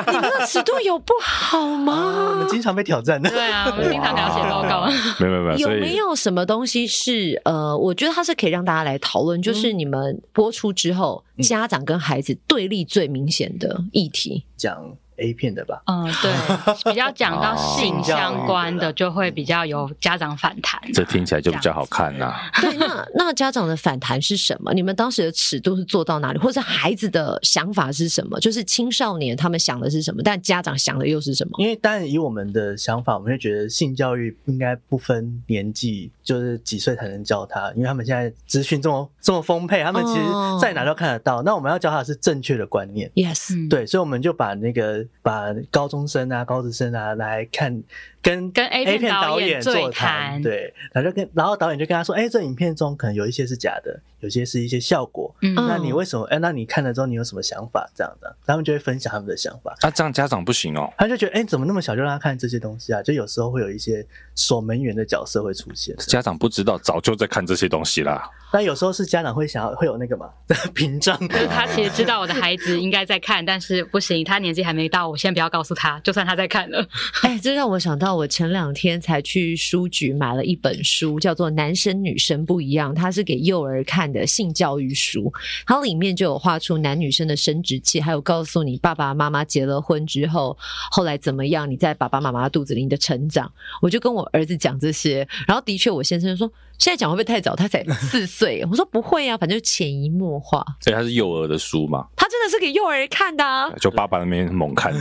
B: 你们的尺度有不好
A: 啊
C: 我们
B: 吗？
C: 经常被挑战的。
D: 对啊，我们经常聊写报告啊
A: 哇。 没有没有没有，
B: 有
A: 啊所
B: 没
A: 以
B: 有什么东西是呃，我觉得它是可以让大家来讨论，就是你们播出之后，家长跟孩子对立最明显的议题。
C: 讲 A 片的吧，
D: 嗯，对，比较讲到性相关的，
C: 哦
D: 就会比较有家长反弹。
A: 这听起来就比较好看啦。
B: 对， 那那家长的反弹是什么？你们当时的尺度是做到哪里，或者孩子的想法是什么？就是青少年他们想的是什么，但家长想的又是什么？
C: 因为当然以我们的想法，我们会觉得性教育应该不分年纪，就是几岁才能教他，因为他们现在资讯这么这么丰沛，他们其实
D: 嗯
B: 哦
C: 在哪都看得到。那我们要教他的是正确的观念。
B: Yes，
D: 嗯，
C: 对，所以我们就把那个把高中生啊、高职生啊来看，跟
D: 跟 A 片
C: 片
D: 导
C: 导
D: 演
C: 座
D: 座谈
C: 对，然后就跟然后导演就跟他说，哎、这影片中可能有一些是假的，有些是一些效果，
D: 嗯，
B: 嗯
C: 那你为什么？哎、那你看了之后你有什么想法？这样的，他们就会分享他们的想法。
A: 那这样啊家长不行哦，
C: 他就觉得，哎、怎么那么小就让他看这些东西啊？就有时候会有一些守门员的角色会出现，
A: 家长不知道，早就在看这些东西啦。
C: 但有时候是家长会想要会有那个嘛 屏障，
D: 就是他其实知道我的孩子应该在看，但是不行，他年纪还没到，我先不要告诉他，就算他在看了。
B: 哎，这让我想到，我前两天才去书局买了一本书，叫做《男生女生不一样》，它是给幼儿看的性教育书。它里面就有画出男女生的生殖器，还有告诉你爸爸妈妈结了婚之后，后来怎么样，你在爸爸妈妈肚子里的成长。我就跟我儿子讲这些，然后的确，我先生说现在讲会不会太早？他才四岁。我说不会啊，反正就潜移默化。
A: 所以它是幼儿的书嘛，
B: 他真的是给幼儿看的、 啊，
A: 就爸爸那边猛看 的，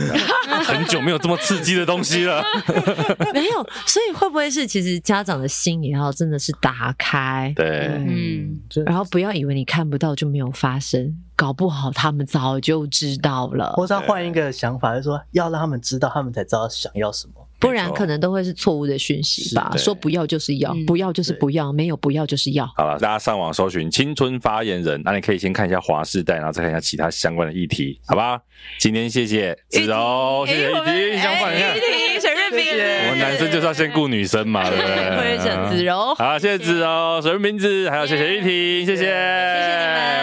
A: 很久没有这么刺激的东西了。
B: 没有。所以会不会是其实家长的心也要真的是打开？
A: 对，
D: 嗯，
C: 就
B: 然后不要以为你看不到就没有发生，搞不好他们早就知道了，
C: 或是要换一个想法，就说要让他们知道，他们才知道想要什么。
B: 不然可能都会是错误的讯息吧。
A: 是对
B: 说不要就是要，
D: 嗯
B: 不要就是不要，没有不要就是要。
A: 好了，大家上网搜寻“青春发言人”，那你可以先看一下华世代，然后再看一下其他相关的议题，好吧？今天谢谢子柔，谢谢
B: 哎
A: 一
B: 我们
A: 婷，相反一下
B: 哎，一婷水润饼
A: 我们男生就是呃要先顾女生嘛，对不
B: 我也
A: 对？
B: 想子柔
A: 好，谢谢子柔、水润瓶子，还有谢谢一婷，谢谢，谢谢
B: 谢你们